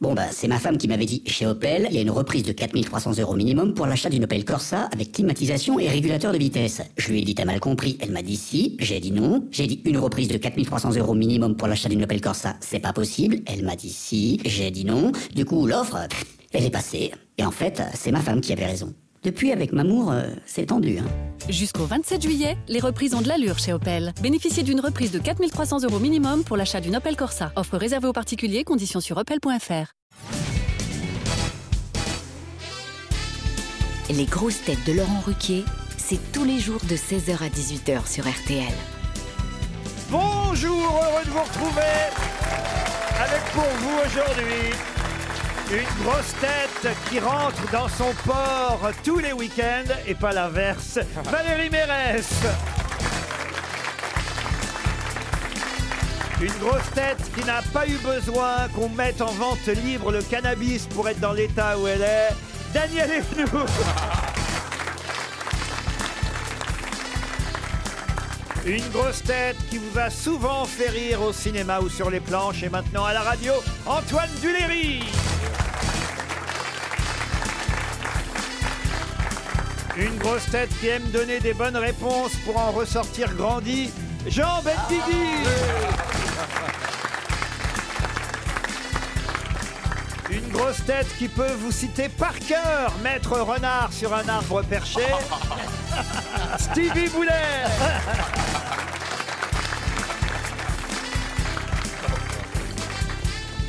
Bon bah c'est ma femme qui m'avait dit chez Opel, il y a une reprise de 4300 euros minimum pour l'achat d'une Opel Corsa avec climatisation et régulateur de vitesse. Je lui ai dit t'as mal compris, elle m'a dit si, j'ai dit non, j'ai dit une reprise de 4300 euros minimum pour l'achat d'une Opel Corsa, c'est pas possible, elle m'a dit si, j'ai dit non, du coup l'offre, pff, elle est passée. Et en fait c'est ma femme qui avait raison. Depuis avec Mamour, euh, c'est tendu. Hein. Jusqu'au 27 juillet, les reprises ont de l'allure chez Opel. Bénéficiez d'une reprise de 4300 euros minimum pour l'achat d'une Opel Corsa. Offre réservée aux particuliers, conditions sur opel.fr. Les grosses têtes de Laurent Ruquier, c'est tous les jours de 16h à 18h sur RTL. Bonjour, heureux de vous retrouver avec pour vous aujourd'hui une grosse tête qui rentre dans son port tous les week-ends et pas l'inverse, Valérie Mérès. Une grosse tête qui n'a pas eu besoin qu'on mette en vente libre le cannabis pour être dans l'état où elle est, Daniel Evenou. Une grosse tête qui vous a souvent fait rire au cinéma ou sur les planches et maintenant à la radio, Antoine Duléry. Une grosse tête qui aime donner des bonnes réponses pour en ressortir grandi, Jean Benguigui. Une grosse tête qui peut vous citer par cœur Maître Renard sur un arbre perché, Stevie Boulet.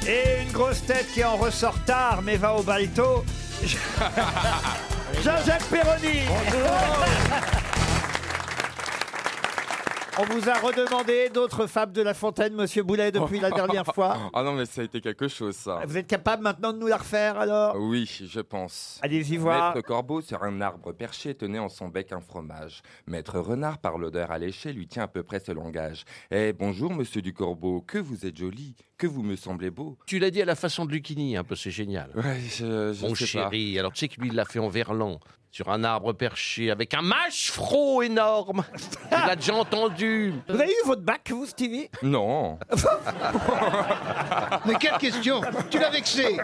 Et une grosse tête qui en ressort tard mais va au balto, Jean-Jacques Perroni. On vous a redemandé d'autres fables de La Fontaine, Monsieur Boulet, depuis la dernière fois. Ah, Ah non, mais ça a été quelque chose, ça. Vous êtes capable maintenant de nous la refaire alors Oui, je pense. Allez-y voir. Maître Corbeau, sur un arbre perché, tenait en son bec un fromage. Maître Renard, par l'odeur alléchée, lui tient à peu près ce langage. Eh, bonjour, monsieur du Corbeau, que vous êtes joli, que vous me semblez beau. Tu l'as dit à la façon de Lucchini, un peu, c'est génial. Ouais, je, je Mon sais chéri, alors tu sais que lui, il l'a fait en verlan, sur un arbre perché, avec un mâchefrot énorme. tu l'as déjà entendu. Vous avez eu votre bac, vous, Stevie pas. Non. Mais quelle question Tu l'as vexé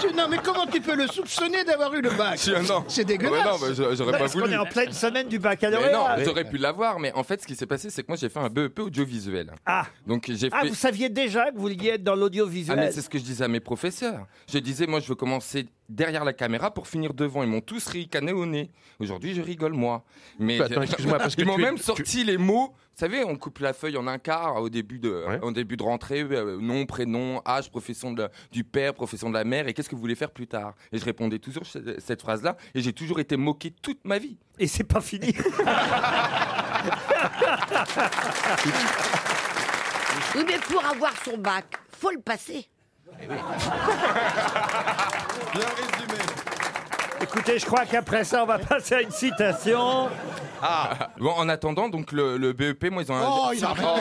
Tu- Non, mais comment tu peux le soupçonner d'avoir eu le bac Si, euh, non. C'est Ouais, non, dégueulasse mais je- j'aurais pas Parce qu'on voulu. est en pleine semaine du Mais non, baccalauréat. j'aurais pu l'avoir, mais en fait, ce qui s'est passé, c'est que moi, j'ai fait un BEP audiovisuel. Ah. Donc, j'ai Ah, fait. vous saviez déjà que vous vouliez être dans Ah l'audiovisuel mais c'est ce que je disais à mes professeurs. Je disais moi je veux commencer derrière la caméra pour finir devant. Ils m'ont tous ricané au nez. Aujourd'hui je rigole moi. Mais Attends, excuse-moi, parce que ils m'ont tu es- même tu- sorti les mots. Vous savez on coupe la feuille en un quart au début de Ouais. en début de rentrée euh, nom prénom âge profession de la- du père profession de la mère et qu'est-ce que vous voulez faire plus tard. Et je répondais toujours cette, phrase là et j'ai toujours été moqué toute ma vie. Et c'est pas fini. Oui, mais pour avoir son bac, faut le passer. Écoutez, je crois qu'après ça, on va passer à une citation. Ah. Bon en attendant donc le, le BEP moi ils ont Oh, il a Oh,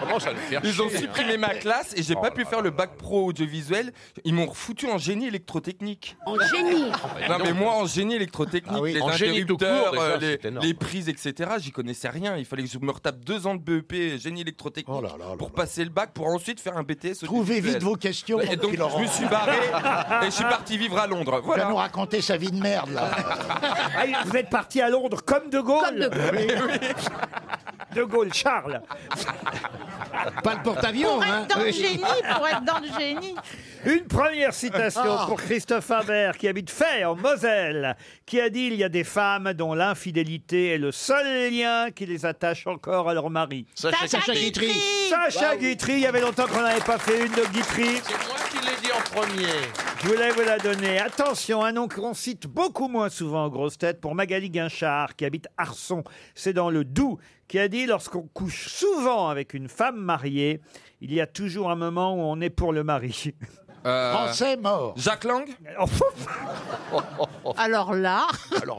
Comment ça le hein faire Ils ont supprimé ma classe et j'ai Oh pas pu faire le bac pro audiovisuel. Ils m'ont foutu en génie électrotechnique. En génie. Non mais moi en génie électrotechnique, Ah oui, les en génie tout court, interrupteurs, déjà, euh, c'est les, énorme. les prises, etc. J'y connaissais rien. Il fallait que je me retape deux ans de BEP génie électrotechnique Oh là là là pour là. passer le bac, pour ensuite faire un BTS. Trouvez audiovisuel. vite vos questions, Et donc puis Laurent. je Hein me suis barré et je suis parti vivre à Londres. Il va Voilà. nous raconter sa vie de merde, là. Ah, vous êtes parti à Londres comme De Gaulle. Comme de De Gaulle, Charles. Pas le porte-avions, hein Dans le Oui. génie, pour être dans le génie. Une première Ah. citation pour Christophe Imbert, qui habite Fay, en Moselle, qui a dit Il y a des femmes dont l'infidélité est le seul lien qui les attache encore à leur mari. Sacha, Sacha Guitry. Sacha Guitry, il y avait longtemps qu'on n'avait pas fait une de Guitry. C'est moi qui l'ai dit en premier. Je voulais vous la donner. Attention, un nom qu'on cite beaucoup moins souvent aux grosses têtes pour Magali Guinchard, qui habite Arson, c'est dans le Doubs, qui a dit Lorsqu'on couche souvent avec une femme mariée, il y a toujours un moment où on est pour le mari. Oh, Euh, Français mort. Jacques Lang, Alors là,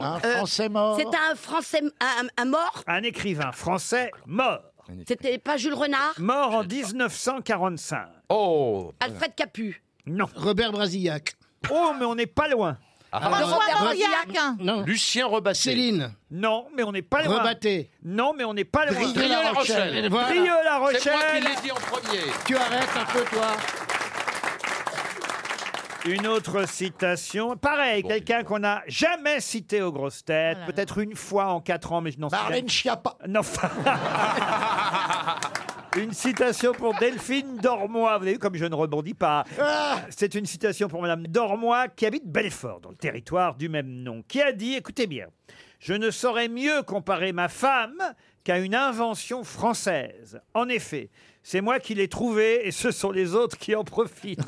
Un euh, Français mort. Euh, Ah. C'est un Français, un, un mort. un écrivain français mort. C'était pas Jules Renard, Mort en 1945. Oh, Alfred Capu. Non. Robert Brasillac. Oh, mais on n'est pas loin. Ah, François Mauriac. Non. Lucien Rebassé. Céline. Non, mais on n'est pas loin. Rebatté. Non, mais on n'est pas loin. Brieux la Rochelle. Voilà. Brieux la C'est moi qui Rochelle. l'ai dit en premier. Tu arrêtes un peu, toi. Une autre citation. Pareil, Bon, quelqu'un qu'on n'a jamais cité aux grosses têtes. Peut-être une fois en quatre ans, mais je n'en sais rien. Marlène Schiappa. Non, enfin. Une citation pour Delphine Dormois. Vous avez vu comme je ne rebondis pas. C'est une citation pour Madame Dormois qui habite Belfort, dans le territoire du même nom, qui a dit écoutez bien, je ne saurais mieux comparer ma femme qu'à une invention française. En effet, c'est moi qui l'ai trouvée et ce sont les autres qui en profitent.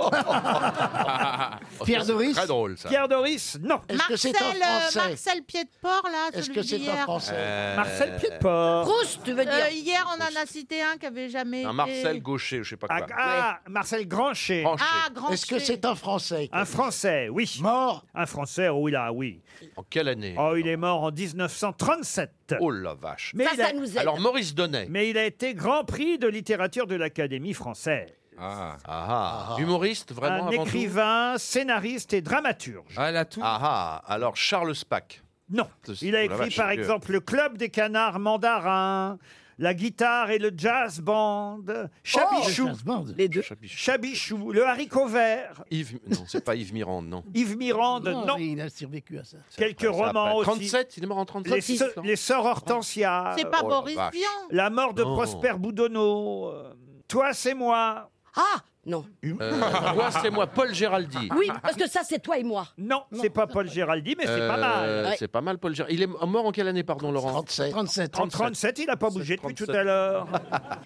Pierre Ça, c'est Doris Très drôle, ça. Pierre Doris, non. Est-ce que Marcel, c'est un euh, français Marcel Piedport, là, Est-ce celui que c'est un d'hier. français Euh, Marcel Piedport. Proust, tu veux dire Euh, hier, on en a cité un qui avait jamais. Un été- Marcel Gaucher, je sais pas Ah, quoi. ah, Marcel Granchet. Francher. Ah, grand. Est-ce que c'est un français Un Français, oui. Mort Un Français, oui, là, oui. En quelle année Oh, il est mort en 1937. Oh la vache. Mais, Ça, il a, ça nous aide. Alors Maurice Donnet. mais il a été grand prix de littérature de l'Académie française. Ah, Ah, ah. Humoriste, vraiment Un avant tout écrivain, scénariste et dramaturge. ah la tour. Ah ah, alors Charles Spack. Non. C'est- Il a oh la écrit vache, par Dieu. exemple Le Club des Canards Mandarins, La guitare et le jazz band, Oh, Chabichou, Les deux. Chabichou, Le haricot vert, Yves, non, c'est pas Yves Mirand, non. Yves Mirande, non. Il a survécu à ça. C'est Quelques après, c'est romans après. aussi. 37, il est mort en 37. Les, sœurs- les sœurs Hortensia, C'est pas Oh la Boris vache. Vian. La mort de Non. Prosper Boudonneau, euh, Toi c'est moi, Ah Non. Euh, toi, c'est moi, Paul Géraldi. Oui, parce que ça, c'est toi et moi. Non, c'est pas Paul Géraldi, mais c'est pas mal. Euh, Ouais. C'est pas mal, Paul Géraldi. Il est mort en quelle année, pardon, Laurent 37. 37. En 37, il n'a pas bougé depuis 37. tout à l'heure.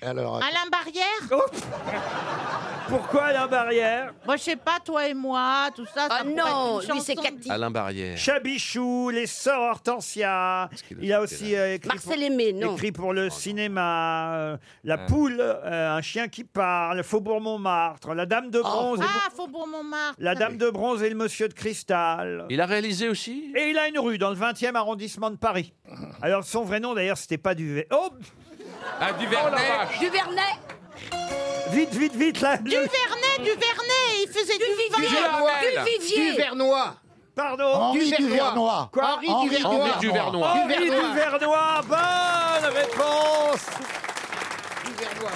Alors, Alain Barrière Pourquoi la barrière Moi, je sais pas, toi et moi, tout ça. ça Ah pourrait non, être une lui, c'est chanson. Cathy. Alain Barrière. Chabichou, Les Sœurs Hortensia. Eh. qu'il a Oh, Il a fait, aussi euh, écrit, pour, Marcel Aimé, non. écrit pour le cinéma euh, La Poule, euh, Un chien qui parle, Faubourg Montmartre, La Dame de Oh. Bronze. et- Ah, Faubourg Montmartre. La Dame de Bronze et le Monsieur de Cristal. Il a réalisé aussi Et il a une rue dans le 20e arrondissement de Paris. Alors son vrai nom d'ailleurs, c'était pas du... Oh Ah, du Vernet. Duvernay Vite, vite, vite là Du Vernet, du Vernet, il faisait du Du vivant. Duvernet. Duvivier Duvernois. Pardon Henri Duvernois. Quoi Henri Ah. Henri Duvernois. Henri Duvernois. Henri Duvernois, bonne réponse Duvernois.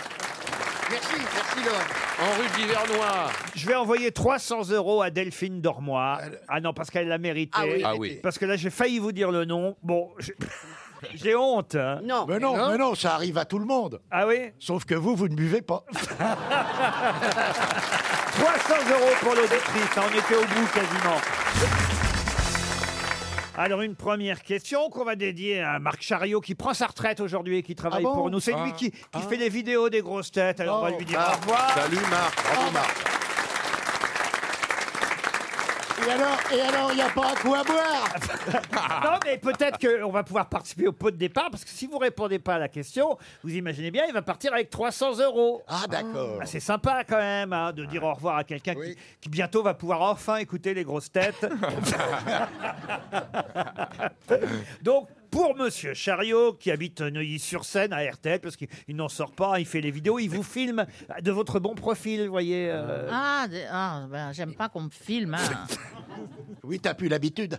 Merci, merci Laurent. Henri Duvernois. Je vais envoyer 300 euros à Delphine Dormois. Ah non, parce qu'elle l'a mérité. Ah oui. Ah oui. Parce que là, j'ai failli vous dire le nom. Bon, j'ai- j'ai honte. hein. Non. Mais non, mais non, ça arrive à tout le monde. Ah oui Sauf que vous, vous ne buvez pas. 300 euros pour l'auditrice. hein, On était au bout quasiment. Alors, une première question qu'on va dédier à Marc Chariot qui prend sa retraite aujourd'hui et qui travaille Ah bon pour nous. C'est lui qui, qui fait les vidéos des grosses têtes. Alors, on va Oh, Ah. lui dire au revoir. Salut Marc. Bravo Marc. Et alors, et alors, il n'y a pas à quoi boire. Non, mais peut-être qu'on va pouvoir participer au pot de départ, parce que si vous répondez pas à la question, vous imaginez bien, il va partir avec 300 euros. Ah, d'accord. Ah, c'est sympa quand même hein, de dire au revoir à quelqu'un qui- Oui. qui, bientôt va pouvoir enfin écouter les grosses têtes. Donc, pour Monsieur Chariot, qui habite Neuilly-sur-Seine à RTL, parce qu'il il n'en sort pas, il fait les vidéos, il vous filme de votre bon profil, vous voyez. euh. Ah, des- ah, ben, j'aime pas qu'on me filme. hein. Oui, t'as plus l'habitude.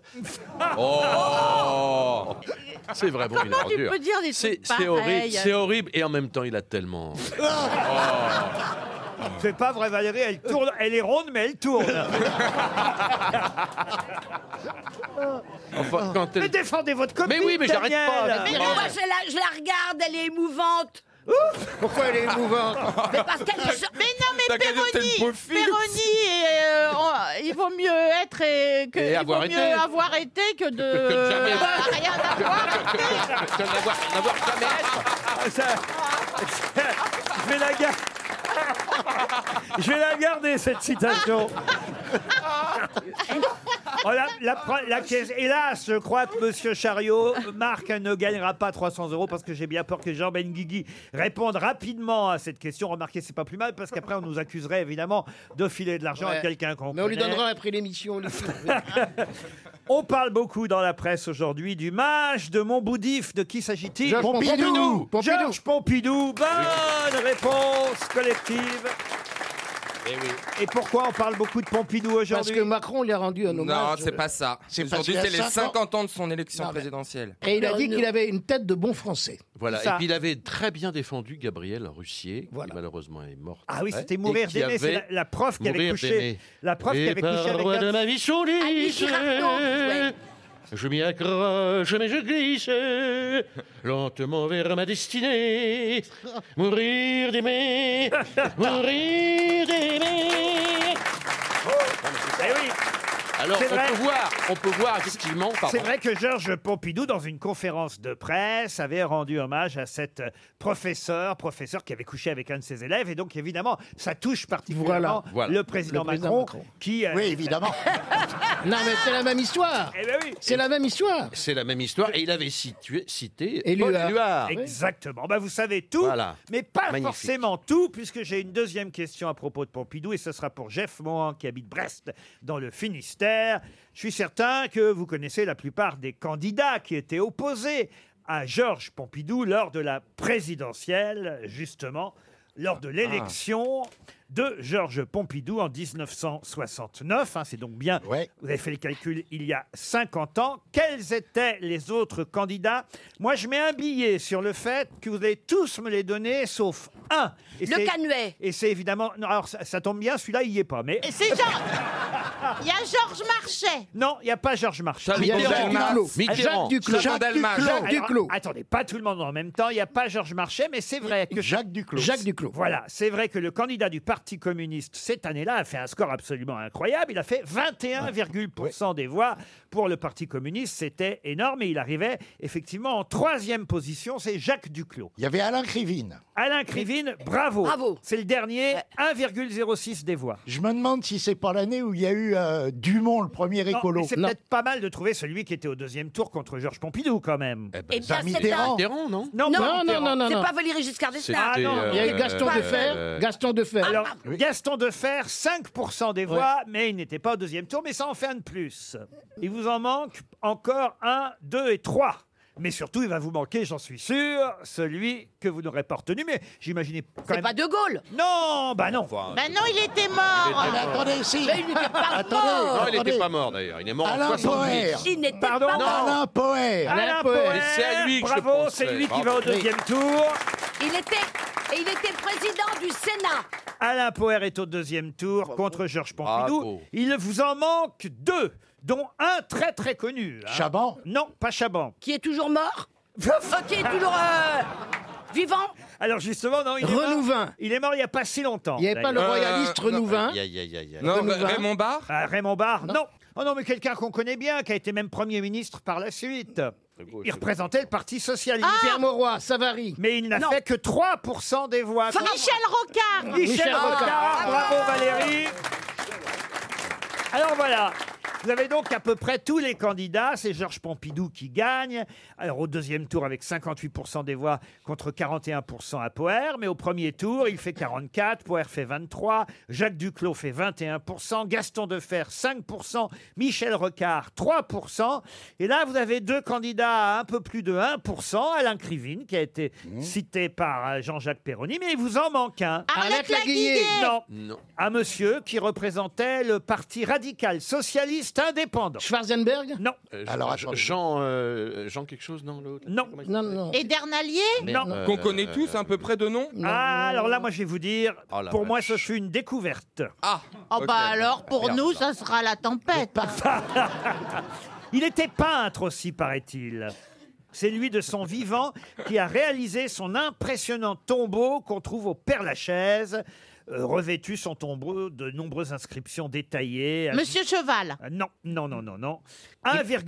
Oh C'est vraiment une Comment tu ordure. peux dire des C'est trucs c'est horrible, pareils c'est horrible et en même temps il a tellement. C'est pas vrai, Valérie, elle tourne, elle est ronde, mais elle tourne. Euh, Enfin, quand Mais elle... défendez votre copine. Mais oui, mais j'arrête pas. Daniel. Mais Ah. non, moi, je la, je la regarde, elle est émouvante. Pourquoi elle est émouvante Mais parce qu'elle est... Mais non, mais T'as qu'à dire que t'es une Péroni, pauvre fille. Péroni, et, euh, on- il vaut mieux être et, que, Et il avoir vaut été. mieux avoir été que de que jamais. euh, rien avoir. Je vais l'avoir- l'avoir jamais être. Ça- Je vais la garder. Je vais la garder cette citation. Oh, la- la pre- la caisse- Hélas, je crois que Monsieur Chariot, Marc ne gagnera pas 300 euros parce que j'ai bien peur que Jean Benguigui réponde rapidement à cette question. Remarquez, c'est pas plus mal parce qu'après on nous accuserait évidemment de filer de l'argent à Ouais. quelqu'un qu'on Mais on lui connaît. donnera après l'émission. les filles. On parle beaucoup dans la presse aujourd'hui du mage de Montboudif. De qui s'agit-il Georges Pompidou. Pompidou. Georges Pompidou. Bonne réponse collective. Eh oui. Et pourquoi on parle beaucoup de Pompidou Parce que aujourd'hui Macron lui a rendu un Non, hommage. c'est pas ça. C'est parce Aujourd'hui, qu'il y a c'est les 50 50 ans de son élection Non, mais- présidentielle. Et il a Non, dit non. qu'il avait une tête de bon français. Voilà. tout ça. Et puis il avait très bien défendu Gabriel Russier, Voilà. qui malheureusement est morte. Ah oui, après, c'était et Mourir qui d'aimer. C'est avait- la, la prof qui avait Mourir couché. d'aimer. La prof qui Les avait couché avec parois de un. ma vie sont Ah, lisses. Girardot, Je m'y accroche, mais je glisse lentement vers ma destinée. Mourir d'aimer, mourir d'aimer. Eh oui, Alors, C'est on vrai. peut voir, on peut voir Oh, effectivement. pardon. c'est vrai que Georges Pompidou, dans une conférence de presse, avait rendu hommage à cette euh, professeure, professeur qui avait couché avec un de ses élèves. Et donc, évidemment, ça touche particulièrement Voilà. Voilà. le président, Le président Macron, Macron. qui. euh, Oui, évidemment. Non, mais c'est la même histoire. eh ben oui. C'est la même histoire. C'est la même histoire. Et il avait situé- cité Paul Éluard. Éluard. Exactement. Bah, vous savez tout, Voilà. mais pas Magnifique. forcément tout, puisque j'ai une deuxième question à propos de Pompidou, et ce sera pour Jeff Mohan, qui habite Brest, dans le Finistère. Je suis certain que vous connaissez la plupart des candidats qui étaient opposés à Georges Pompidou lors de la présidentielle, justement, lors Ah. de l'élection de Georges Pompidou en 1969. hein, C'est donc bien Ouais. vous avez fait le calcul il y a 50 ans. Quels étaient les autres candidats Moi, je mets un billet sur le fait que vous allez tous me les donner, sauf un. Et Le c'est- Canuet. Et c'est évidemment. Non, alors ça, ça tombe bien, celui-là, il n'y est pas. Mais Et c'est Georges. Il y a Georges Marchais. non, il n'y a pas Georges Marchais. Charles Il y a Jacques Mitterrand. Duclos. Mitterrand. Jacques Duclos. Jean Jacques Delmas. Duclos. Alors, Duclos. attendez, pas tout le monde en même temps. Il n'y a pas Georges Marchais, mais c'est vrai que Jacques Duclos. Jacques Duclos. Voilà, c'est vrai que le candidat du Parti communiste cette année-là a fait un score absolument incroyable. Il a fait 21,% des voix pour le Parti communiste. C'était énorme et il arrivait effectivement en troisième position. C'est Jacques Duclos. Il y avait Alain Crivine. Alain Krivine, bravo. Bravo. C'est le dernier, 1,06 des voix. Je me demande si c'est pas l'année où il y a eu euh, Dumont, le premier Non, écolo. mais C'est peut-être pas mal de trouver celui qui était au deuxième tour contre Georges Pompidou quand même. Eh ben, Eh bien, Jean c'est Mitterrand. un... Mitterrand, non Non, Non, pas Non, non, Mitterrand. non, non, C'est non. pas Valéry Giscard d'Estaing. Ah, non, C'était, Il y a eu euh, Gaston euh, Defer. euh, Gaston Defer. Alors, Gaston Defer, 5% des voix, mais il n'était pas au deuxième tour, mais ça en fait un de plus. Il vous en manque encore un, deux et trois. Mais surtout, il va vous manquer, j'en suis sûr, celui que vous n'aurez pas retenu. Mais j'imaginais quand C'est même... pas De Gaulle. Non, bah non. Ben non, il était mort. Mais attendez, si. Mais il n'était pas Attendez. mort. Non, il n'était Attendez. pas mort d'ailleurs. Il est mort Alain en 78. Boer. Il n'était Pardon pas Non. mort. Alain Poher. Alain Alain Poher. Poher, C'est à lui que je bravo, pensais. c'est lui qui va Bravo. au deuxième tour. Il était... Et il était président du Sénat. Alain Poher est au deuxième tour contre Georges Pompidou. Bravo. Il vous en manque deux, dont un très très connu. hein. Chaban. Non, pas Chaban. Qui est toujours mort Euh, Qui est toujours euh, vivant Alors justement, non, il est mort. Renouvin. Il est mort il n'y a pas si longtemps. Il n'y avait pas le Euh, royaliste non. Renouvin. Aïe, aïe, aïe, aïe, aïe. Non, Renouvin. bah, Raymond Barre Ah, Raymond Barre, non. Oh non, mais quelqu'un qu'on connaît bien, qui a été même Premier ministre par la suite. Il représentait le Parti Socialiste. Ah Pierre Mauroy, Savary. Mais il n'a fait que 3% des voix. Michel Rocard. Michel, Michel Rocard, Ah, Rocard. bravo Valérie. Alors voilà. Vous avez donc à peu près tous les candidats. C'est Georges Pompidou qui gagne. Alors au deuxième tour avec 58% des voix contre 41% à Poher. Mais au premier tour, il fait 44, Poher fait 23, Jacques Duclos fait 21%, Gaston Defer 5%, Michel Recard 3%. Et là, vous avez deux candidats à un peu plus de 1%. Alain Crivine qui a été cité par euh, Jean-Jacques Perroni. Mais il vous en manque un. Arlette Laguillé. Laguillé. Non. Non. Un monsieur qui représentait le parti radical socialiste indépendant. Schwarzenberg. Non, Euh, Alors, Jean, attendez. Jean, euh, Jean quelque chose, non l'autre Non. Comment il Non, s'appelle non. Et Dernalier. non. Euh, Qu'on connaît tous à peu près de nom Ah, alors là, moi, je vais vous dire, Oh la pour moi, vache. ce fut une découverte. Ah Oh ok. bah alors, pour Merde, nous, ça. ça sera la tempête. Il était peintre aussi, paraît-il. C'est lui de son vivant qui a réalisé son impressionnant tombeau qu'on trouve au Père-Lachaise. Euh, revêtu son tombeau de nombreuses inscriptions détaillées. Monsieur Cheval. Ah, Non, non, non, non, non.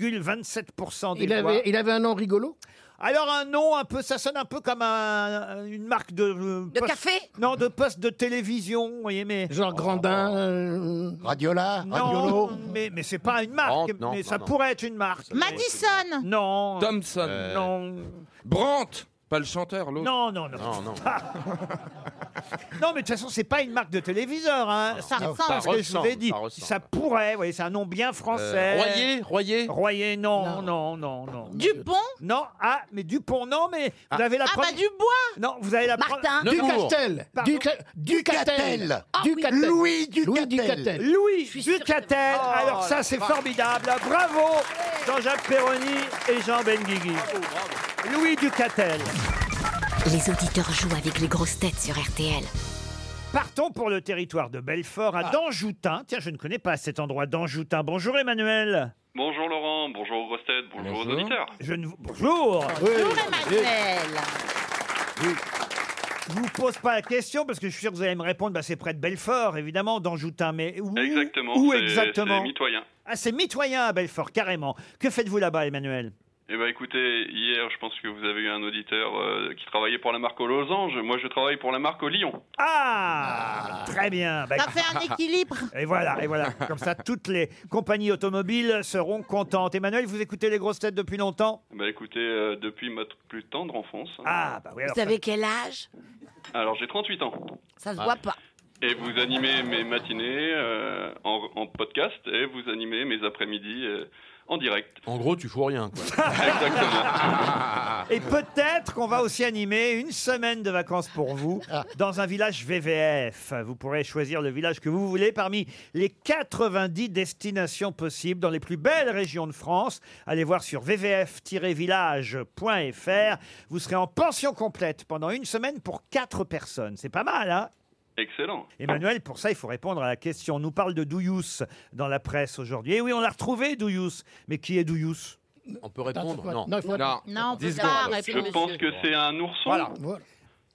1,27% des Il voix. avait, il avait un nom rigolo. Alors un nom un peu, ça sonne un peu comme un- une marque de euh, De poste- café Non, de poste de télévision, vous voyez, mais Genre Grandin. euh, Ah. Radiola. non, Radiolo. mais, mais c'est pas une marque, Brandt, non, Ah, mais non, ça non. pourrait être une marque. Madison. Non, Thompson. Euh, non, Brandt Pas le chanteur, l'autre. non, non, non, Non, non. Non, mais de toute façon, c'est pas une marque de téléviseur, hein. Ça C'est ressemble. parce Ça que je vous ai ressemble, dit, ça ressemble. ça pourrait, vous voyez, c'est un nom bien français. Euh, Royer, Royer. Royer, non, non, non, non. Dupont. Non, ah, mais Dupont, non, mais vous avez la Ah bah première. Dubois. Non, vous avez la pre- Martin. Nemours. Ducastel. Pardon. Duca- Ducatel. Ducatel. Ducatel. Louis Ducatel. Ducatel. Louis sûre Ducatel. Alors ça, c'est formidable. Bravo, Jean-Jacques Perroni et Jean Benguigui. Louis Ducatel. Les auditeurs jouent avec les grosses têtes sur RTL. Partons pour le territoire de Belfort, à Danjoutin. Tiens, je ne connais pas cet endroit, Danjoutin. Bonjour Emmanuel. Bonjour Laurent, bonjour Rosted, bonjour, aux auditeurs. Je ne vous... Bonjour. Bonjour, Emmanuel. Je vous pose pas la question parce que je suis sûr que vous allez me répondre. bah, c'est près de Belfort, évidemment, Danjoutin. Mais où Exactement, Où c'est- exactement c'est mitoyen. Ah, c'est mitoyen à Belfort, carrément. Que faites-vous là-bas, Emmanuel Eh ben écoutez, hier je pense que vous avez eu un auditeur euh, qui travaillait pour la marque aux losanges, moi je travaille pour la marque au lion. Ah, Très bien. Bah, Ça fait un équilibre. Et voilà, et voilà. Comme ça, toutes les compagnies automobiles seront contentes. Emmanuel, vous écoutez les grosses têtes depuis longtemps Bah écoutez, euh, depuis ma t- plus tendre enfance. hein. Ah bah oui. Vous avez quel âge Alors j'ai 38 ans. Ça se Ah. voit pas. Et vous animez mes matinées euh, en, en podcast et vous animez mes après-midi euh, en direct. En gros, tu fous rien, quoi. Exactement. Et peut-être qu'on va aussi animer une semaine de vacances pour vous dans un village VVF. Vous pourrez choisir le village que vous voulez parmi les 90 destinations possibles dans les plus belles régions de France. Allez voir sur vvf-village.fr. Vous serez en pension complète pendant une semaine pour 4 personnes. C'est pas mal, hein Excellent. Emmanuel, pour ça, il faut répondre à la question. On nous parle de Douyous dans la presse aujourd'hui. Et oui, on l'a retrouvé, Douyous. Mais qui est Douyous On peut répondre Non, Non. il faut- Non. Non, on peut Dix Ah, pas secondes. répondre. Je pense que c'est un ourson.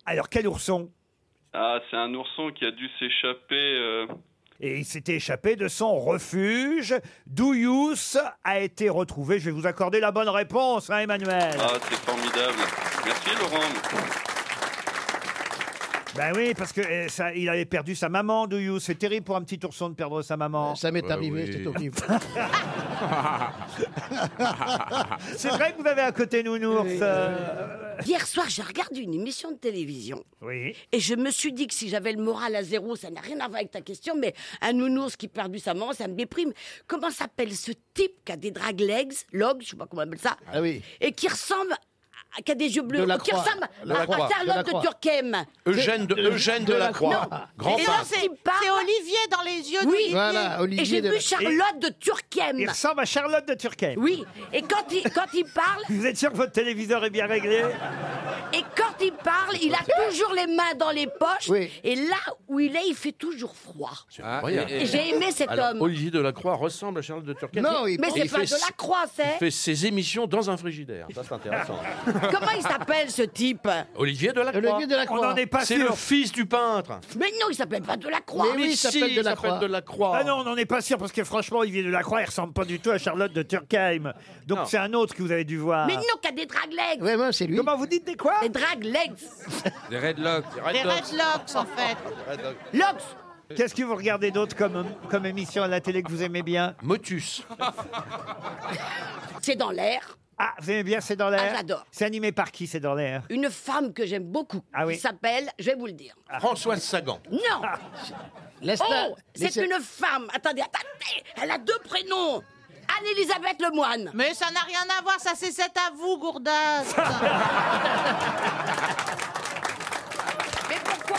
Alors, quel ourson Ah, c'est un ourson qui a dû s'échapper. euh, Et il s'était échappé de son refuge. Douyous a été retrouvé. Je vais vous accorder la bonne réponse, hein, Emmanuel. Ah, c'est formidable. Merci Laurent. Ben oui, parce que euh, ça, il avait perdu sa maman, Douyous. C'est terrible pour un petit ourson de perdre sa maman. Ça m'est arrivé, c'est horrible. C'est vrai que vous avez à côté Nounours. euh, Hier soir, j'ai regardé une émission de télévision. Oui. Et je me suis dit que si j'avais le moral à zéro, ça n'a rien à voir avec ta question, mais un nounours qui perd du sa maman, ça me déprime. Comment s'appelle ce type qui a des drag legs, logs, je sais pas comment on appelle ça, Ah oui. et qui ressemble, à, qui a des yeux bleus, De la qui Croix. ressemble De la à- Croix. à De la Charlotte de, Croix. Turckheim. Eugène de, Eugène de la Croix. Grand Et peintre. là, c'est c'est Olivier dans les yeux oui. Voilà, Olivier Et j'ai de la- vu Charlotte de Turckheim. Il ressemble à Charlotte de Turckheim. Oui, et quand il, quand il parle, Vous êtes sûr que votre téléviseur est bien réglé et quand il parle, il a toujours les mains dans les poches. Et là où il est, il fait toujours froid. Ah, incroyable. et- J'ai aimé cet Alors, homme. Olivier Delacroix ressemble à Charles de Turquette. Non, il- Mais Et c'est il pas fait de s- la croix, c'est- Il fait ses émissions dans un frigidaire. Ça, c'est intéressant. Comment il s'appelle ce type Olivier Delacroix. Olivier Delacroix. On n'en est pas C'est sûr. le fils du peintre. Mais non, il s'appelle pas Delacroix. Mais oui, il s'appelle si, Delacroix. il s'appelle Delacroix. Ah non, on n'en est pas sûr parce que franchement, Olivier Delacroix, il ressemble pas du tout à Charlotte de Turckheim. Donc c'est un autre que vous avez dû voir. Mais non, qui a des drag legs. Ouais, ouais, c'est lui. Comment vous dites des quoi Des drag legs. Des Redlocks. Les Redlocks, en fait. Lox Qu'est-ce que vous regardez d'autre comme, comme émission à la télé que vous aimez bien Motus. C'est dans l'air. Ah, vous aimez bien C'est dans l'air Ah, j'adore. C'est animé par qui C'est dans l'air Une femme que j'aime beaucoup. Ah oui. Qui s'appelle, je vais vous le dire. Françoise Sagan. Non Laisse-la. Oh C'est Laisse- une femme. Attendez, attendez. Elle a deux prénoms. Anne-Elisabeth Lemoine. Mais ça n'a rien à voir, ça c'est cet à vous, gourdasse. Mais pourquoi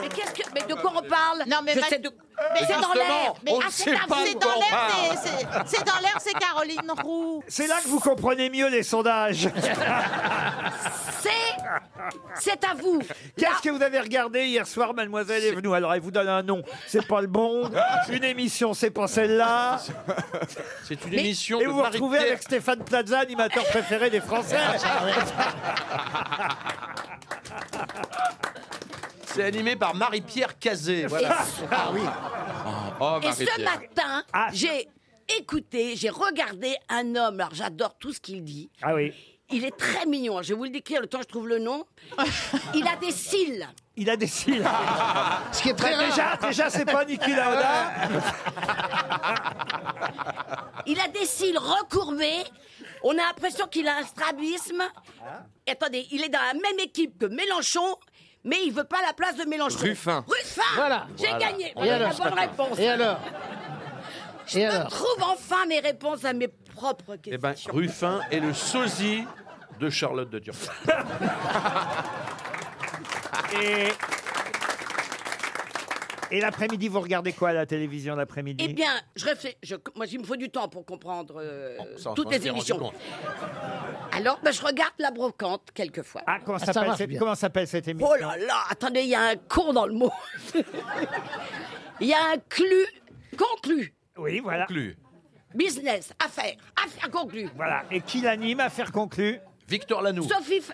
Mais qu'est-ce que. Mais de quoi on parle Non, mais Je ma- sais de- Mais C'est dans l'air. Justement, on Ah, ne c'est sait à pas vous. C'est de dans quoi on l'air, parle. c'est- c'est- c'est dans l'air, c'est Caroline Roux. C'est là que vous comprenez mieux les sondages. C'est. C'est à vous. Qu'est-ce que vous avez regardé hier soir, mademoiselle Evenou Alors, elle vous donne un nom, c'est pas le bon. Une émission, c'est pas celle-là. C'est une Mais- émission Et de vous vous Marie retrouvez avec Stéphane Plaza, animateur préféré des Français. Ah C'est animé par Marie-Pierre Cazé. Voilà. Ah Oh, Et ce Marie-Pierre. matin, Ah. j'ai écouté, j'ai regardé un homme. Alors j'adore tout ce qu'il dit. Ah oui. Il est très mignon. hein. Je vais vous le décrire le temps que je trouve le nom. Il a des cils. Il a des cils. Ce qui est très Bah, déjà, rare. déjà, c'est pas Niki Lauda. Il a des cils recourbés. On a l'impression qu'il a un strabisme. Et attendez, il est dans la même équipe que Mélenchon. Mais il veut pas la place de Mélenchon. Ruffin. Ruffin Voilà. J'ai Voilà. gagné On Voilà a la le- bonne réponse Et alors Je Et me alors trouve enfin mes réponses à mes propres questions. Eh ben, Ruffin est le sosie de Charlotte de Turquette. Et... Et l'après-midi, vous regardez quoi à la télévision l'après-midi Eh bien, je réfléchis. je- moi, il me faut du temps pour comprendre euh, ça, toutes on les s'est rendu émissions. compte. Alors, ben, je regarde la brocante quelquefois. Ah, comment s'appelle cette, comment s'appelle cette émission Oh là là, attendez, il y a un con dans le mot. Il y a un clu conclu. Oui, voilà. Business, affaires, affaires conclues. Voilà. Et qui l'anime à faire conclure Victor Lanoux. Sophie, F-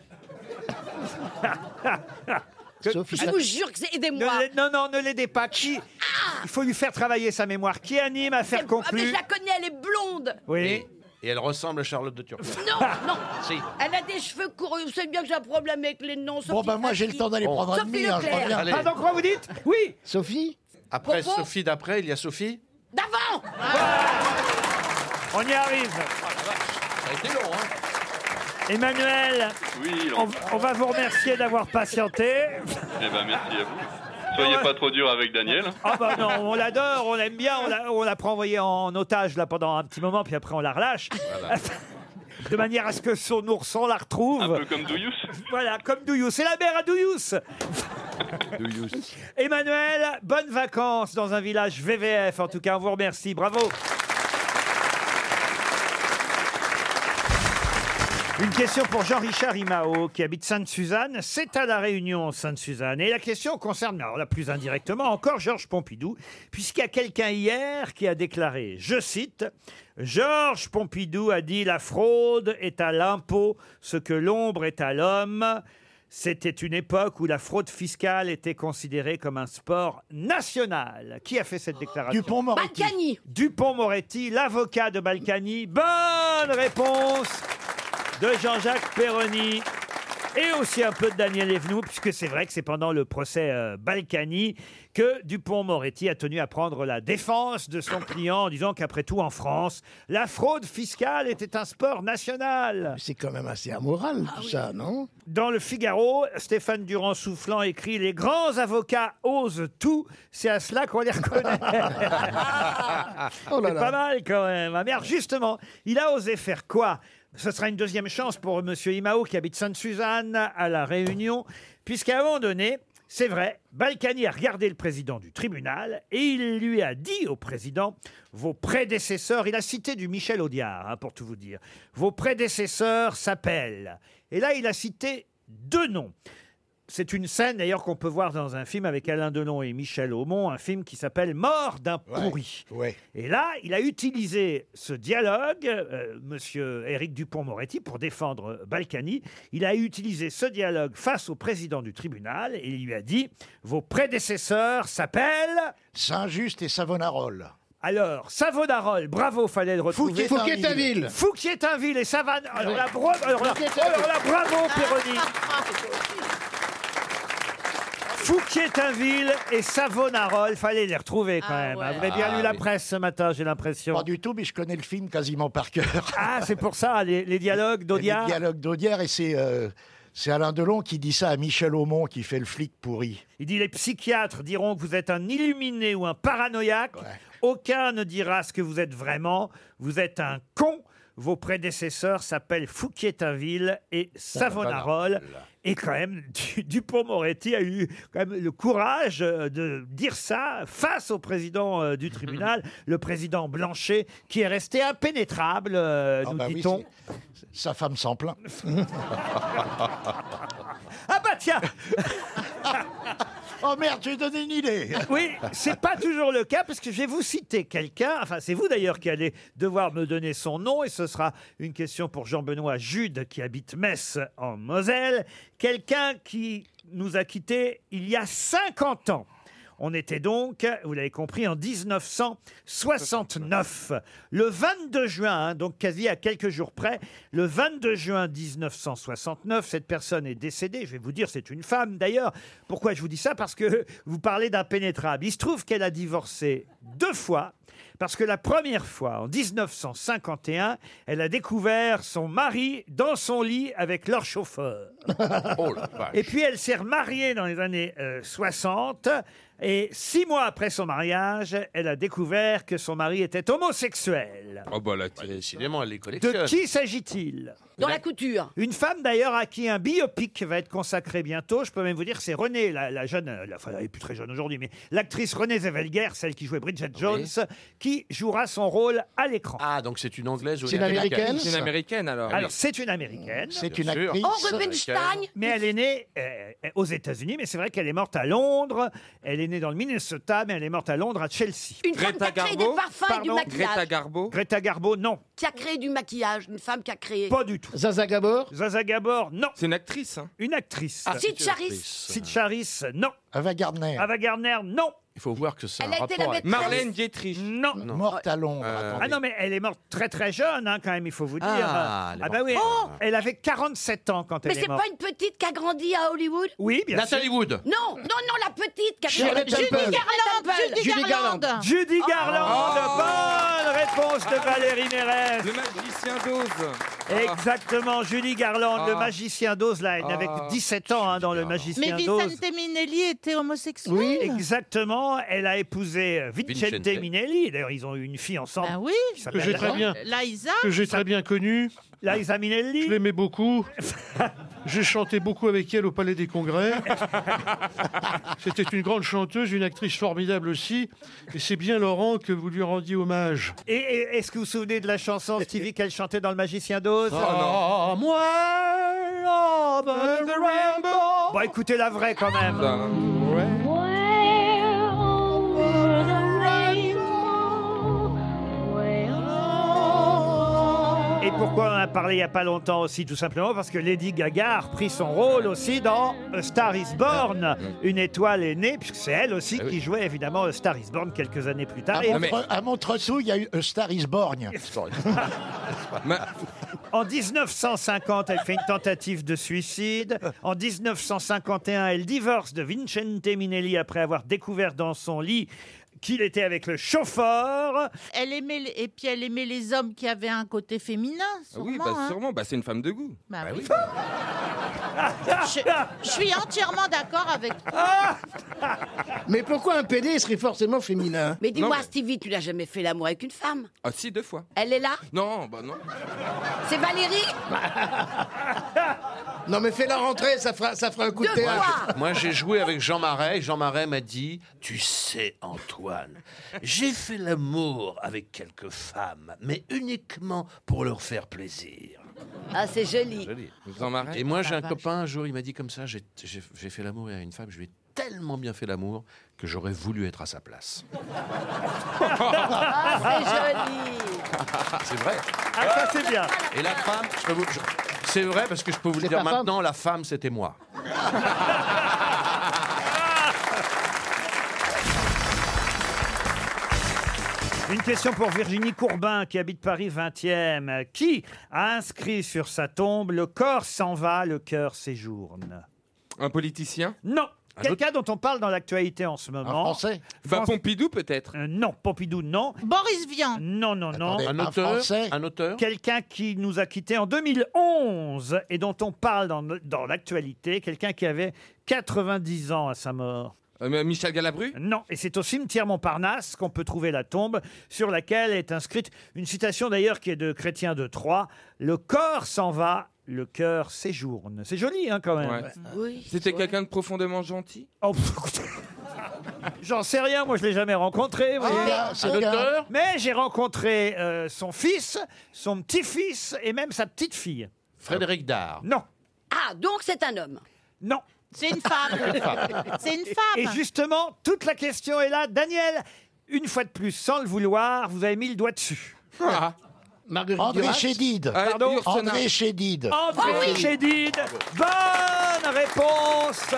je vous jure que c'est Ah aidez-moi. Non, non, ne l'aidez pas. Qui Il faut lui faire travailler sa mémoire. Qui anime à faire Ah, mais je conclure la connais, elle est blonde. Oui. Et elle ressemble à Charlotte de Turquie. Non, non. Si. Elle a des cheveux courus. Vous savez bien que j'ai un problème avec les noms. Bon, ben, moi, j'ai le temps d'aller prendre un Sophie demi, hein, je Leclerc. reviens. Allez. Pardon, quoi vous dites Oui. Sophie Après Propos Sophie d'après, il y a Sophie D'avant On y arrive. Ah, Ça a été long, hein Emmanuel, on, on va vous remercier d'avoir patienté. Eh ben merci à vous. Soyez pas trop dur avec Daniel. Ah bah non, on l'adore, on l'aime bien, on l'a, on l'a prend envoyé en otage là pendant un petit moment, puis après on la relâche. De manière à ce que son ourson la retrouve. Un peu comme Douillous. Voilà, comme Douillous. C'est la mère à Douillous. Emmanuel, bonnes vacances dans un village VVF. En tout cas, on vous remercie. Bravo. Une question pour Jean-Richard Imao, qui habite Sainte-Suzanne. C'est à La Réunion, Sainte-Suzanne. Et la question concerne, alors là plus indirectement, encore Georges Pompidou, puisqu'il y a quelqu'un hier qui a déclaré, je cite, Georges Pompidou a dit La fraude est à l'impôt ce que l'ombre est à l'homme. C'était une époque où la fraude fiscale était considérée comme un sport national. Qui a fait cette déclaration Dupont-Moretti. Balkany. Dupont-Moretti, l'avocat de Balkany. Bonne réponse de Jean-Jacques Perroni. Et aussi un peu de Daniel Evenou, puisque c'est vrai que c'est pendant le procès euh, Balkany que Dupont-Moretti a tenu à prendre la défense de son client, en disant qu'après tout, en France, la fraude fiscale était un sport national. C'est quand même assez amoral, tout ça, non Dans le Figaro, Stéphane Durand soufflant écrit Les grands avocats osent tout, c'est à cela qu'on les reconnaît. Oh là c'est là. pas mal quand même. Ah, mais alors, justement, il a osé faire quoi Ce sera une deuxième chance pour Monsieur Imao qui habite Sainte-Suzanne à La Réunion, puisqu'à un moment donné, c'est vrai, Balkany a regardé le président du tribunal et il lui a dit au président Vos prédécesseurs, il a cité du Michel Audiard, hein, pour tout vous dire, vos prédécesseurs s'appellent. Et là, il a cité deux noms. C'est une scène d'ailleurs qu'on peut voir dans un film avec Alain Delon et Michel Aumont, un film qui s'appelle Mort d'un pourri. Et là, il a utilisé ce dialogue, euh, monsieur Éric Dupont-Moretti, pour défendre euh, Balkany. Il a utilisé ce dialogue face au président du tribunal et il lui a dit Vos prédécesseurs s'appellent. Saint-Just et Savonarole. Alors, Savonarole, bravo, fallait le retrouver. Fouquier-Tinville. Fouquier-Tinville et Savane. Alors là, bro- alors là- Fouquier-Tinville. alors là, bravo, Péroni. Fouquier-Tinville et Savonarole, fallait les retrouver quand même. hein. ouais. Vous avez bien Ah lu la oui. presse ce matin, j'ai l'impression. Pas du tout, mais je connais le film quasiment par cœur. Ah, c'est pour ça, les, les dialogues d'Audiard. Les dialogues d'Audiard, et c'est euh, c'est Alain Delon qui dit ça à Michel Aumont, qui fait le flic pourri. Il dit les psychiatres diront que vous êtes un illuminé ou un paranoïaque. Aucun ne dira ce que vous êtes vraiment. Vous êtes un con. Vos prédécesseurs s'appellent Fouquier-Tinville et Savonarole. Et quand même, Du- Dupont-Moretti a eu quand même le courage euh, de dire ça face au président euh, du tribunal, le président Blanchet, qui est resté impénétrable, Ah euh, nous dit-on. bah Sa femme s'en plaint. ah bah tiens Oh merde, j'ai donné une idée Ah Oui, c'est pas toujours le cas parce que je vais vous citer quelqu'un. Enfin, c'est vous d'ailleurs qui allez devoir me donner son nom et ce sera une question pour Jean-Benoît Jude qui habite Metz en Moselle. Quelqu'un qui nous a quittés il y a 50 ans. On était donc, vous l'avez compris, en 1969. Le 22 juin, hein, donc quasi à quelques jours près, le 22 juin 1969, cette personne est décédée. Je vais vous dire, c'est une femme d'ailleurs. Pourquoi je vous dis ça Parce que vous parlez d'impénétrable. Il se trouve qu'elle a divorcé deux fois. Parce que la première fois, en 1951, elle a découvert son mari dans son lit avec leur chauffeur. Et puis elle s'est remariée dans les années euh, 60. Et six mois après son mariage, elle a découvert que son mari était homosexuel. Oh bah là, décidément, elle les collectionne. De qui s'agit-il Dans la couture. Une femme d'ailleurs à qui un biopic va être consacré bientôt. Je peux même vous dire que c'est Renée, la, la jeune, euh, la, enfin, elle est plus très jeune aujourd'hui, mais l'actrice Renée Zellweger, celle qui jouait Bridget Jones, qui jouera son rôle à l'écran. Ah, donc c'est une anglaise ou C'est une Américaine C'est une américaine alors. Alors c'est une américaine. Ah, C'est Bien une sûr. actrice. Oh, Rubenstein Mais elle est née euh, aux États-Unis, mais c'est vrai qu'elle est morte à Londres. Elle est née dans le Minnesota, mais elle est morte à Londres, à Chelsea. Une femme Greta qui a créé Garbo des parfums et du Pardon maquillage. Greta Garbo Greta Garbo, non. Qui a créé du maquillage, une femme qui a créé. Pas du tout. Zaza Gabor Zaza Gabor, non. C'est une actrice. Une actrice. Ah, Sid Charisse. Sid Charisse, non. Ava Gardner. Ava Gardner, non. Il faut voir que ça Elle a été la maîtresse. Marlène Dietrich. Non. Morte à Londres. Ah non, mais elle est morte très très jeune, hein, quand même, il faut vous dire. Ah, elle est bah morte. oui. Oh elle avait 47 ans quand Mais elle est c'est morte. pas une petite qui a grandi à Hollywood Oui, bien Nathalie sûr. Wood. Non, non, non, la petite qui a Shirley Judy Temple. Garland, Judy Judy Garland. Oh. Judy Garland, Oh, bonne réponse de Valérie Mérès. Oh. Le magicien d'Oz. Exactement, Julie Garland, le Ah. magicien d'Oz, là, elle n'avait que Ah. 17 ans hein, dans le magicien Mais d'Oz. Vicente Minelli était homosexuel. Oui, exactement. Elle a épousé euh, Vincente, Vincente. Minelli. D'ailleurs, ils ont eu une fille ensemble. Bah Ah oui. qui Que s'appelle- j'ai très bien. Liza. Que j'ai très bien connue. Liza Minelli. Je l'aimais beaucoup. J'ai chanté beaucoup avec elle au Palais des Congrès. C'était une grande chanteuse, une actrice formidable aussi. Et c'est bien, Laurent, que vous lui rendiez hommage. Et, et- est-ce que vous vous souvenez de la chanson Stevie qu'elle chantait dans le magicien d'Oz Ah, moi, Bon, écoutez la vraie quand même. Et pourquoi on en a parlé il n'y a pas longtemps aussi Tout simplement parce que Lady Gaga a repris son rôle aussi dans A Star is Born. Une étoile est née, puisque c'est elle aussi qui jouait évidemment A Star is Born quelques années plus tard. À, Et- Ah, Montre- à Montretout, il y a eu A Star is Born. En 1950, elle fait une tentative de suicide. En 1951, elle divorce de Vincente Minelli après avoir découvert dans son lit qu'il était avec le chauffeur. Elle aimait les- et puis elle aimait les hommes qui avaient un côté féminin. Ah Sûrement, Oui, bah hein. sûrement, bah, c'est une femme de goût. Bah oui. Je, je suis entièrement d'accord avec toi. Mais pourquoi un PD serait forcément féminin Mais dis-moi, Stevie, tu n'as jamais fait l'amour avec une femme Ah si, deux fois. Elle est là Non, bah non. C'est Valérie Non, mais fais-la rentrer, ça fera, ça fera un coup de, De théâtre. Moi, j'ai joué avec Jean Marais. et Jean Marais m'a dit Tu sais, Antoine, j'ai fait l'amour avec quelques femmes, mais uniquement pour leur faire plaisir. Ah, c'est joli. Jean Marais Et moi, j'ai La un vache. copain un jour, il m'a dit comme ça J'ai j'ai- j'ai fait l'amour à une femme, je lui ai tellement bien fait l'amour que j'aurais voulu être à sa place. Ah, c'est joli. c'est vrai. Ah, ça c'est bien. Et la femme, je peux vous- je- c'est vrai parce que je peux vous le C'est dire ta femme maintenant, la femme, c'était moi. Une question pour Virginie Courbin qui habite Paris 20e. euh, Qui a inscrit sur sa tombe Le corps s'en va, le cœur séjourne Un politicien Non. Quelqu'un dont on parle dans l'actualité en ce moment. Français Bah Pompidou peut-être Euh, non, Pompidou, non. Boris Vian. Non, non, non. Attendez, Un un auteur Français Un auteur Quelqu'un qui nous a quittés en 2011 et dont on parle dans, dans l'actualité. Quelqu'un qui avait 90 ans à sa mort. Euh, mais Michel Galabru Non, et c'est au cimetière Montparnasse qu'on peut trouver la tombe sur laquelle est inscrite une citation d'ailleurs qui est de Chrétien de Troyes. Le corps s'en va, le cœur séjourne. C'est joli hein, quand même. Ouais. Oui. C'était quelqu'un de profondément gentil Oh, pff, écoutez. J'en sais rien, moi je l'ai jamais rencontré. vous voyez. Ah, c'est Un quelqu'un. auteur Mais j'ai rencontré euh, son fils, son petit-fils et même sa petite-fille. Frédéric Dard. Non, Ah, donc c'est un homme. non. C'est une femme. C'est une Et femme. justement, toute la question est là. Daniel, une fois de plus, sans le vouloir, vous avez mis le doigt dessus. Ah, Marguerite André Duras Chédid. euh, Pardon, Ursona. André Chédid. Ah André Chédid, bonne réponse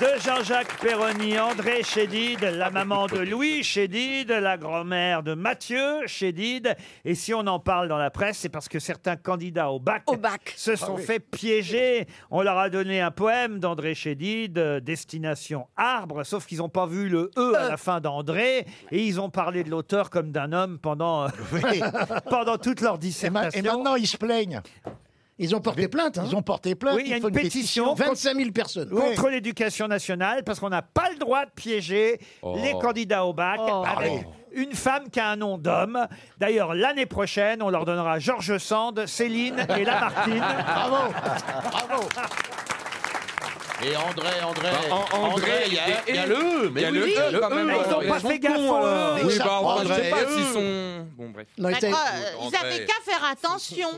de Jean-Jacques Perroni, André Chédid, la maman de Louis Chédid, la grand-mère de Mathieu Chédid. Et si on en parle dans la presse, c'est parce que certains candidats au bac, Au bac. Ah se sont oui. fait piéger. On leur a donné un poème d'André Chédid, euh, Destination Arbre, sauf qu'ils n'ont pas vu le Euh. E à la fin d'André, et ils ont parlé de l'auteur comme d'un homme pendant, euh, Oui. pendant toute leur Et, ma- et dissertation. maintenant, ils se plaignent. Ils ont porté plainte. hein Ils ont porté plainte. Oui, il y a ils une font pétition. 25 000 personnes. contre l'éducation nationale parce qu'on n'a pas le droit de piéger Oh. les candidats au bac Oh. Ah avec une femme qui a un nom d'homme. D'ailleurs, l'année prochaine, on leur donnera Georges Sand, Céline et Lamartine. Bravo Bravo Et André, André, Bah, en- André, il y a, et- il y a le E, hein. mais il y a le oui, E, oui, le quand E, même. mais ils ont Ils pas sont fait gaffe cons, au E. alors. Oui, bah, enfin, je sais André, pas E. s'ils sont- Bon, bref. Non, D'accord, euh, ils André. avaient qu'à faire attention.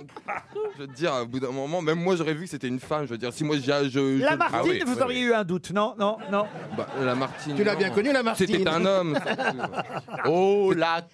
Je veux te dire, au bout d'un moment, même moi, j'aurais vu que c'était une femme. Je veux dire, si moi, j'ai. Je, je- Lamartine, Ah oui, vous oui, auriez oui. eu un doute, non Non, non. Bah, Lamartine. Tu l'as non. bien connue, Lamartine. C'était un homme. Oh, lac.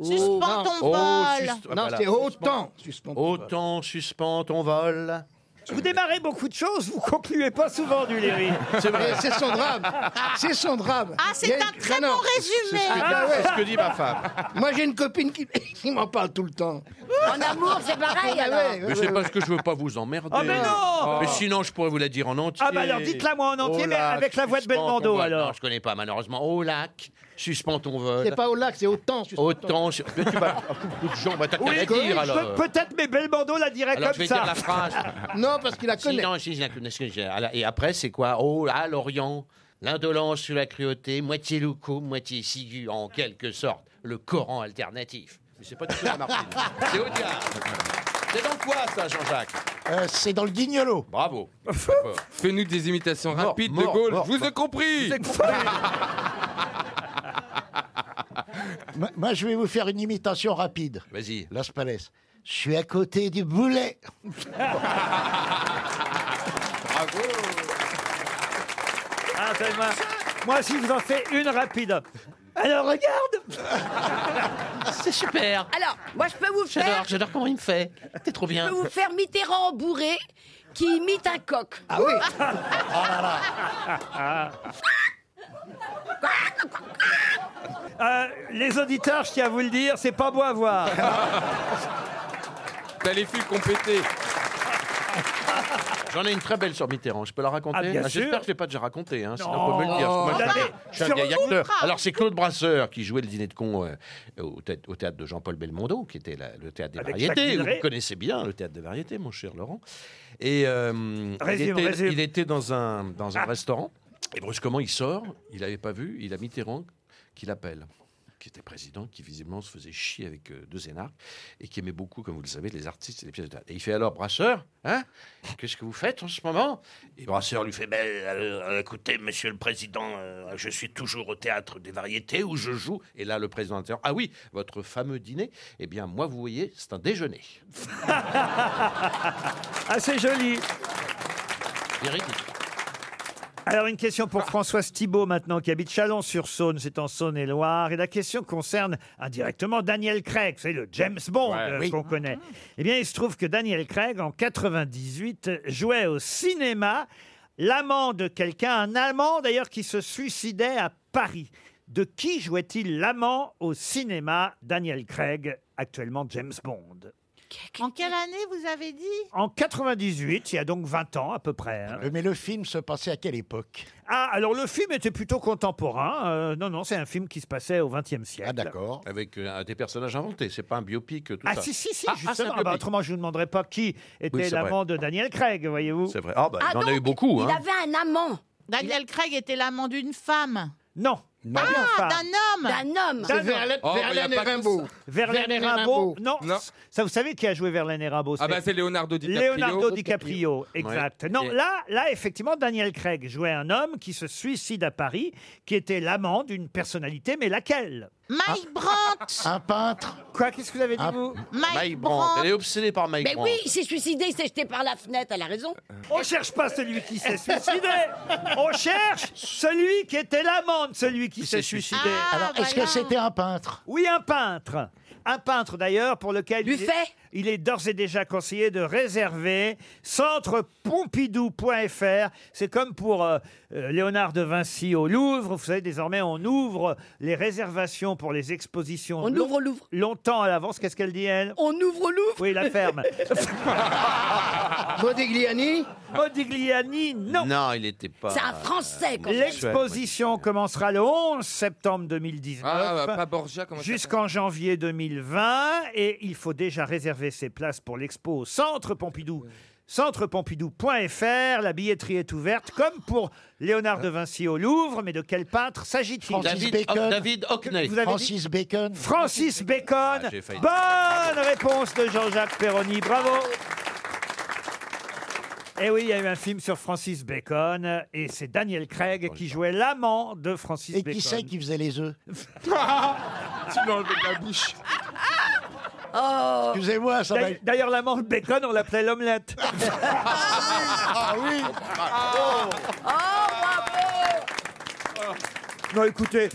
Suspends ton vol. sus- ah, Non, voilà. c'est autant. Suspend. Autant suspend ton vol. Vous démarrez beaucoup de choses, vous concluez pas souvent du Léry. C'est vrai. Mais C'est son drame. Ah, C'est son drame. Ah, Il y c'est a une- un très Non, non. bon C'est résumé. ce, que- Ah ouais. c'est ce que dit ma femme. Moi, j'ai une copine qui, qui m'en parle tout le temps. En amour, c'est pareil, Ah alors. ouais, ouais, Mais ouais, c'est parce que je veux pas vous emmerder. Ah, mais non Mais sinon, je pourrais vous la dire en entier. Ah, bah alors, dites-la moi en entier, Oh, mais lac, avec la voix de suspends ton Belmondo, vol. alors. Non, je connais pas, malheureusement. Oh, lac, suspends ton vol. C'est pas au lac, c'est autant. suspend. Autant. su- Mais tu vas. beaucoup de gens, bah, t'as qu'à Oui, la oui, dire, je- alors. peut-être, mais Belmondo la dirait Alors, je comme vais ça. dire la phrase. Non, parce qu'il la connaît. Sinon, si, je la connais, ce que j'ai- à la- Et après, c'est quoi Oh, là, l'Orient, l'indolence sur la cruauté, moitié louco, moitié cigu, en quelque sorte, le Coran alternatif. Mais c'est pas du tout la Martine. c'est au diable. C'est dans quoi, ça, Jean-Jacques Euh, c'est dans le guignolo. Bravo. Fais-nous des imitations Mort, rapides mort, de Gaulle. mort, je vous ai compris. Moi- Moi, je vais vous faire une imitation rapide. Vas-y. Las Palais. Je suis à côté du boulet. Bravo. Ah, tellement. Moi, si vous en faites une rapide. Alors, regarde C'est super. Alors, moi, je peux vous faire, j'adore comment il me fait. T'es trop je bien. peux vous faire Mitterrand en bourré qui imite un coq. Ah oui Oh Euh, Les auditeurs, je tiens à vous le dire, c'est pas beau à voir. T'as les fils compétés. J'en ai une très belle sur Mitterrand. Je peux la raconter Ah, bien sûr. J'espère que je l'ai pas déjà racontée. Hein, sinon, Non. on peut me le dire. parce que Oh. moi, je suis un- Jamais. je suis un Sur vieil nous. acteur. Alors, c'est Claude Brasseur qui jouait le dîner de con euh, au, thé- au théâtre de Jean-Paul Belmondo, qui était la- le théâtre des Avec Jacques variétés. Villeray. Vous connaissez bien le théâtre des variétés, mon cher Laurent. Et euh, Résume, il, était, résume. il était dans un, dans un restaurant. Et brusquement, il sort. Il n'avait pas vu. Il a Mitterrand qui l'appelle qui était président, qui visiblement se faisait chier avec euh, deux énarques et qui aimait beaucoup, comme vous le savez, les artistes et les pièces de théâtre. Et il fait alors, Brasseur, hein Qu'est-ce que vous faites en ce moment Et Brasseur lui fait, ben, euh, écoutez, monsieur le président, euh, je suis toujours au théâtre des variétés où je joue. Et là, le président interrompt, ah oui, votre fameux dîner, eh bien, moi, vous voyez, c'est un déjeuner. Ah, c'est joli. Eric Alors, une question pour Françoise Thibault, maintenant, qui habite Chalon-sur-Saône, c'est en Saône-et-Loire. Et la question concerne indirectement Daniel Craig, c'est le James Bond Ouais, euh, oui. qu'on connaît. Eh bien, il se trouve que Daniel Craig, en 98, jouait au cinéma l'amant de quelqu'un, un Allemand d'ailleurs, qui se suicidait à Paris. De qui jouait-il l'amant au cinéma Daniel Craig, actuellement James Bond En quelle année vous avez dit En 98, il y a donc 20 ans à peu près. hein. Mais le film se passait à quelle époque Ah, alors le film était plutôt contemporain. Euh, non, non, c'est un film qui se passait au XXe siècle. Ah d'accord. Avec euh, des personnages inventés, c'est pas un biopic, euh, tout Ah, ça. si, si, si, Ah, ah, c'est justement. un Ah bah, biopic. autrement, je ne vous demanderais pas qui était c'est l'amant de Daniel Craig, voyez-vous. C'est vrai. Ah, bah, Ah, il en a donc, eu beaucoup, Il hein. avait un amant Daniel Craig était l'amant d'une femme. Non. Non. Pas une Ah, femme. d'un homme. d'un homme. C'est D'un homme. Verlaine Oh, mais y a Verlaine et pas que Rimbaud. Verlaine et Verlaine et Rimbaud. Rimbaud. Non. Non. Ça, vous savez qui a joué Verlaine et Rimbaud Ah, bah, c'est c'est Leonardo DiCaprio. Leonardo DiCaprio, exact. Non, Et- là, là, effectivement, Daniel Craig jouait un homme qui se suicide à Paris, qui était l'amant d'une personnalité, mais laquelle Mike Brandt. Un peintre Quoi Qu'est-ce que vous avez dit, Ah. vous Mike Mike Brandt. Elle Brandt. est obsédée par Mike Mais Brandt. oui, il s'est suicidé, il s'est jeté par la fenêtre, elle a raison. On cherche pas celui qui s'est suicidé. On cherche celui qui était l'amant de celui qui s'est suicidé. Ah, Alors, est-ce que voilà. c'était un peintre Oui, un peintre. Un peintre d'ailleurs pour lequel il Buffet est, il est d'ores et déjà conseillé de réserver centrepompidou.fr. C'est comme pour euh, euh, Léonard de Vinci au Louvre. Vous savez, désormais, on ouvre les réservations pour les expositions On long- ouvre, on ouvre. longtemps à l'avance. Qu'est-ce qu'elle dit, elle On ouvre, on ouvre. Oui, la ferme. Modigliani Modigliani, non. Non, il était pas. C'est un Français, quand même. L'exposition commencera le 11 septembre 2019 Ah, bah, pas Borgia, comment ça s'appelle jusqu'en janvier 2020 et il faut déjà réserver réserver ses places pour l'expo au Centre Pompidou. Centrepompidou.fr, la billetterie est ouverte, comme pour Léonard de Vinci au Louvre, mais de quel peintre s'agit-il David Hoc- David Hockney. Vous avez dit- Francis Bacon. Francis Bacon. Ah, j'ai failli. Bonne réponse de Jean-Jacques Perroni. Bravo. Eh oui, il y a eu un film sur Francis Bacon et c'est Daniel Craig qui jouait l'amant de Francis Et Bacon. qui c'est qui faisait les œufs tu m'as enlevé la bouche. Oh. Excusez-moi, ça m'a- D'ailleurs, l'amant de Bacon, on l'appelait l'omelette. Ah oui Oh, Non, écoutez,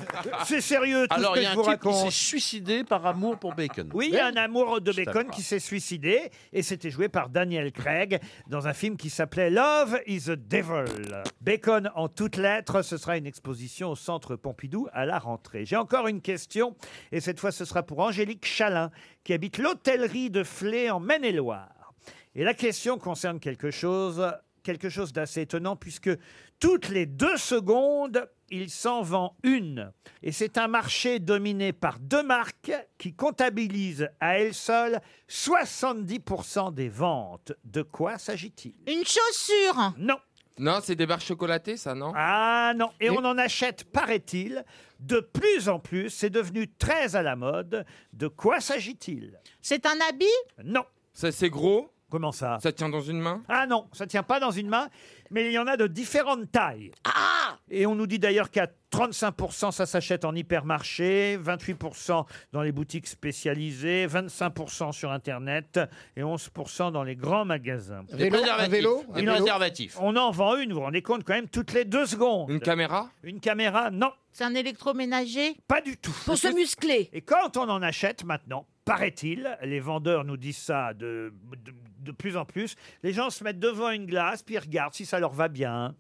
c'est sérieux tout Alors, ce il que y a je un vous type qui s'est raconte. suicidé par amour pour euh, Bacon. Oui, il y a un amour de Je Bacon t'accorde. qui s'est suicidé et c'était joué par Daniel Craig dans un film qui s'appelait Love is a Devil. Bacon en toutes lettres, ce sera une exposition au Centre Pompidou à la rentrée. J'ai encore une question et cette fois ce sera pour Angélique Chalin qui habite l'hôtellerie de Flé en Maine-et-Loire. Et la question concerne quelque chose, quelque chose d'assez étonnant puisque toutes les deux secondes, il s'en vend une. Et c'est un marché dominé par deux marques qui comptabilisent à elles seules 70% des ventes. De quoi s'agit-il Une chaussure Non. Non, c'est des barres chocolatées, ça, non Ah non, et on en achète, paraît-il, de plus en plus. C'est devenu très à la mode. De quoi s'agit-il C'est un habit Non. Ça, c'est gros Comment ça Ça tient dans une main Ah non, ça tient pas dans une main, mais il y en a de différentes tailles. Ah Et on nous dit d'ailleurs qu'à 35%, ça s'achète en hypermarché, 28% dans les boutiques spécialisées, 25% sur Internet et 11% dans les grands magasins. Des Vélo, un préservatifs, vélo, un des Il en- préservatifs. On en vend une, vous vous rendez compte quand même, toutes les deux secondes. Une caméra Une caméra, non. C'est un électroménager Pas du tout. Pour se muscler. Et quand on en achète maintenant, paraît-il, les vendeurs nous disent ça de, de, de plus en plus, les gens se mettent devant une glace, puis ils regardent si ça leur va bien.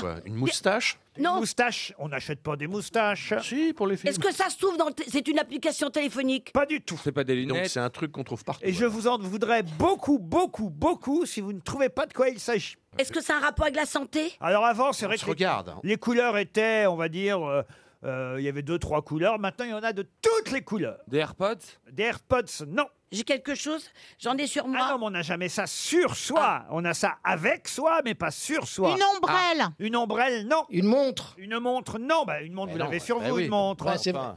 Quoi, Ah Une moustache Une moustache On n'achète pas des moustaches. Si, pour les filles. Est-ce que ça se trouve dans. t- C'est une application téléphonique Pas du tout. C'est pas des lunettes. Donc c'est un truc qu'on trouve partout. Et je vous en voudrais beaucoup, beaucoup, beaucoup si vous ne trouvez pas de quoi il s'agit. Est-ce que c'est un rapport avec la santé Alors avant, c'est vrai se que les- regarde, hein. les couleurs étaient, on va dire, euh, euh, il y avait deux, trois couleurs. Maintenant, il y en a de toutes les couleurs. Des AirPods Des AirPods, non. J'ai quelque chose J'en ai sur moi. Ah. Ah non, mais on n'a jamais ça sur soi. On a ça avec soi, mais pas sur soi. Une ombrelle. Ah. Une ombrelle, non. Une montre Une montre, non. Bah, une montre, Mais vous non, l'avez sur bah Ben vous, oui. une montre. Ouais, c'est vrai.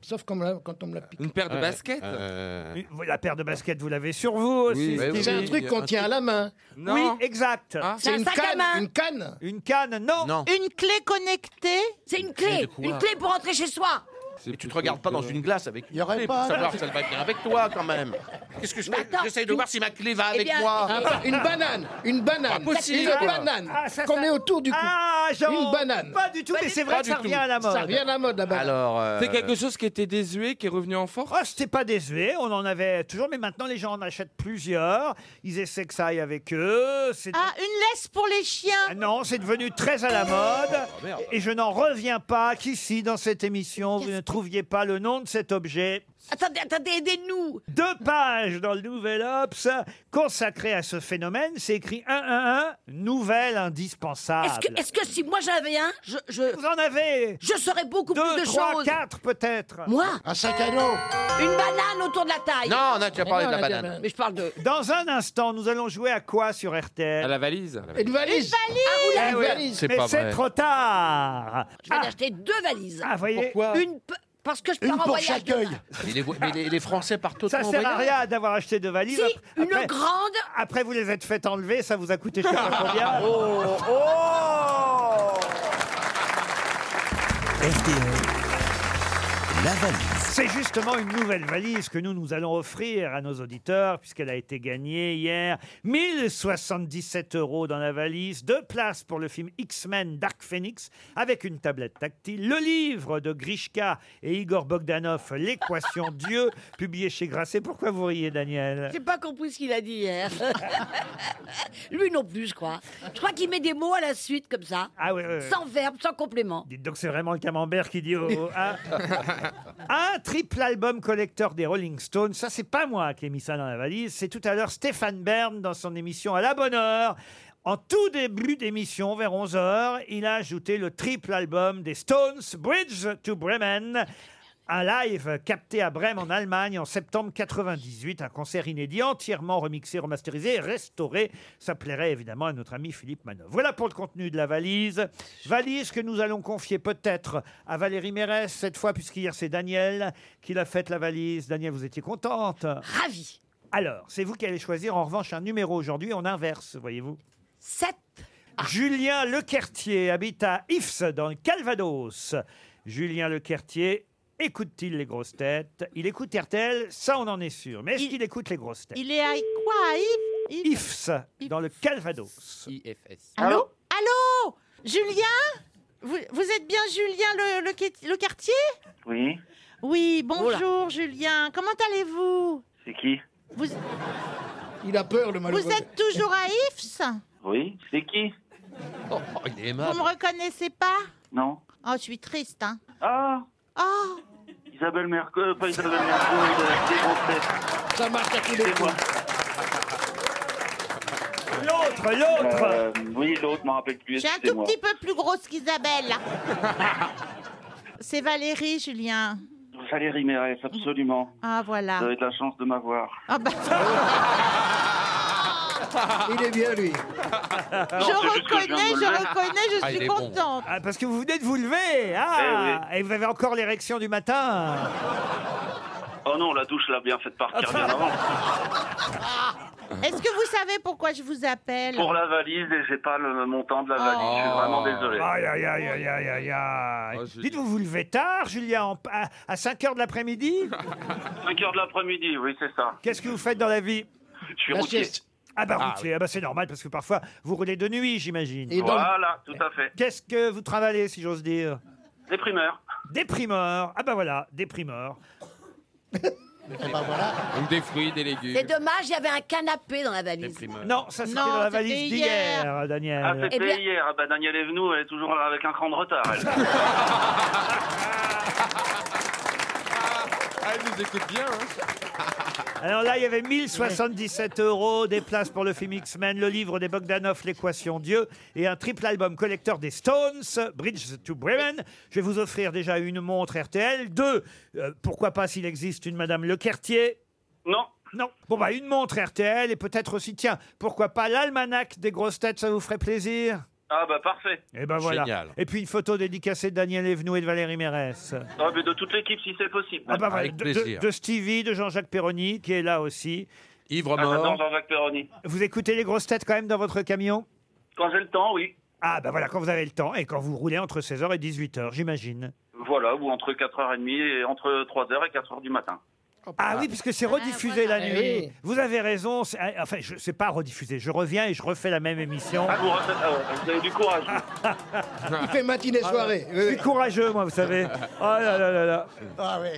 Sauf quand on me la- quand on me l'a pique. Eh Une paire de Ouais. baskets Vous- La paire de baskets, vous l'avez sur vous aussi. Oui, ben bah oui, Euh. C'est un truc qu'on tient à la main. Non. Ah. Oui, exact. C'est C'est un une sac à canne, main. une canne. Une canne, non. Une clé connectée C'est une clé. quoi Une clé pour rentrer chez soi. Et tu te regardes pas dans une glace avec une aurait clé pas- pour savoir si elle va bien avec toi quand même. Qu'est-ce que je fais attends, J'essaye de voir si ma clé va Eh avec bien, moi. Ah, Une banane. Une banane. Pas possible. Une banane Ah, ça, qu'on ça- met autour du cou. Ah, Jean, une banane. Pas du tout, mais c'est vrai pas que du ça tout. revient à la mode. Ça revient à la mode, la banane. Alors, euh, C'est quelque chose qui était désuet, qui est revenu en force Oh, c'était pas désuet, on en avait toujours, mais maintenant les gens en achètent plusieurs. Ils essaient que ça aille avec eux. C'est Ah, une laisse pour les chiens Ah non, c'est devenu très à la mode. Oh, merde. et je n'en reviens pas qu'ici, dans cette émission, vous ne trouviez pas le nom de cet objet. Attendez, attendez, aidez-nous. Deux pages dans le Nouvel Obs consacrées à ce phénomène. C'est écrit 111, nouvelle indispensable. Est-ce que, est-ce que si moi j'avais un, je, je, Vous en avez je saurais beaucoup deux, plus de trois, choses. quatre peut-être. Moi, Un sac à dos une banane autour de la taille. Non, non, tu as parlé de la banane. Mais je parle de. Dans un instant, nous allons jouer à quoi sur À RTL la valise Une valise. Eh oui, C'est Mais pas c'est vrai. trop tard. Ah, Je vais Ah, en acheter deux valises. ah, voyez, Une pe- parce que je pars Une en pour voyage. chaque œil. Mais les, mais les- les Français partent autant ça en sert à voyage. rien d'avoir acheté deux valises. Si, Après- une après- grande. Après, vous les êtes fait enlever, ça vous a coûté je sais pas combien. Oh. Oh, La valise. C'est justement une nouvelle valise que nous nous allons offrir à nos auditeurs puisqu'elle a été gagnée hier. 1077 euros dans la valise, deux places pour le film X-Men Dark Phoenix avec une tablette tactile, le livre de Grishka et Igor Bogdanov, L'équation Dieu, publié chez Grasset. Pourquoi vous riez, Daniel J'ai pas compris ce qu'il a dit hier. Lui non plus, je crois. Je crois qu'il met des mots à la suite comme ça. Ah oui, oui, oui. Sans verbe, sans complément. Dites donc, c'est vraiment le camembert qui dit au. au- hein un triple album collector des Rolling Stones. Ça, c'est pas moi qui ai mis ça dans la valise. C'est tout à l'heure Stéphane Bern dans son émission À la bonne heure. En tout début d'émission, vers 11h, il a ajouté le triple album des Stones, Bridge to Bremen. un live capté à Brême en Allemagne en septembre 98, un concert inédit entièrement remixé, remasterisé et restauré. Ça plairait évidemment à notre ami Philippe Manœuvre. Voilà pour le contenu de la valise. Valise que nous allons confier peut-être à Valérie Mérès cette fois, puisqu'hier c'est Daniel qui l'a faite la valise. Daniel, vous étiez contente Ravi. Alors, c'est vous qui allez choisir en revanche un numéro aujourd'hui, on inverse, voyez-vous. 7. Julien Lequertier habite à Ifs dans le Calvados. Julien Lequertier écoute-t-il les grosses têtes Il écoute RTL, ça on en est sûr. Mais est-ce qu'il écoute les grosses têtes Il est à quoi à Yves Yves Ifs dans le Calvados. IFS. Allô Allô Julien vous, vous êtes bien Julien le, le, quai- le quartier Oui, Oui, bonjour Julien. Comment allez-vous c'est qui vous, Il a peur, le malheureux. vous êtes toujours à Ifs Oui, c'est qui Oh, il est Vous aimable. me reconnaissez pas Non. Oh, je suis triste. Hein. Ah Oh Isabelle Merco, euh, pas Isabelle Merco, euh, des grosses têtes. Ça marche à tous les coups. L'autre, l'autre Euh, Oui, l'autre, je m'en rappelle plus, J'ai un tout excusez-moi. petit peu plus grosse qu'Isabelle. C'est Valérie, Julien. Valérie Mérès, absolument. Ah, voilà. Vous avez de la chance de m'avoir. Ah bah, Il est bien, lui. je reconnais, je reconnais, je suis contente. Ah, parce que vous venez de vous lever. Ah, et vous avez encore l'érection du matin. Oh non, la douche l'a bien fait partir bien Ah, avant. Est-ce que vous savez pourquoi je vous appelle Pour la valise, et j'ai pas le montant de la valise, je suis Oh. vraiment désolé. Aïe, aïe, aïe, aïe, aïe, aïe, aïe. Dites-vous, vous levez tard, Julien, en- à, 5 h de l'après-midi 5 heures de l'après-midi, oui, c'est ça. Qu'est-ce que vous faites dans la vie Je suis routier. Ah bah Ah, routier, ah bah, c'est normal parce que parfois vous roulez de nuit, j'imagine. Et dans- Voilà, tout à fait. Qu'est-ce que vous travaillez, si j'ose dire Les primeurs. Des primeurs. Ah bah voilà, des primeurs. Donc des fruits, des légumes. C'est dommage, il y avait un canapé dans la valise. Non, ça c'était dans la valise d'hier. Daniel. Ah, Eh c'était bien- hier. Ah, bah, Daniel est venu, elle est toujours avec un cran de retard. elle. Ah, elle nous écoute bien. Hein. Alors là, il y avait 1077 euros, des places pour le film X-Men, le livre des Bogdanov, l'équation Dieu, et un triple album collecteur des Stones, Bridge to Bremen. Je vais vous offrir déjà une montre RTL, deux, euh, pourquoi pas s'il existe une Madame Lequertier. Non. Non. Bon, bah, une montre RTL, et peut-être aussi, tiens, pourquoi pas l'almanach des grosses têtes, ça vous ferait plaisir Ah, bah, parfait. Eh ben voilà. Et puis une photo dédicacée de Daniel Evenou et de Valérie Mérès. Ah, mais de toute l'équipe, si c'est possible. Ah bah voilà, de, de- de Stevie, de Jean-Jacques Perroni, qui est là aussi. Ah, j'adore Jean-Jacques Perroni. Vous écoutez les grosses têtes quand même dans votre camion Quand j'ai le temps, oui. Ah bah voilà, quand vous avez le temps et quand vous roulez entre 16h et 18h, j'imagine. Voilà, ou entre 4h30 et entre 3h et 4h du matin. Ah oui, puisque c'est rediffusé la Eh nuit. oui. Vous avez raison. c'est- ah, Enfin, je sais pas rediffusé. Je reviens et je refais la même émission. Ah, vous, refaites- ah, ouais, vous avez du courage. Il fait matinée, Ah, Ah, soirée. Je suis courageux, moi, vous savez. Oh là là là là. Ah ouais.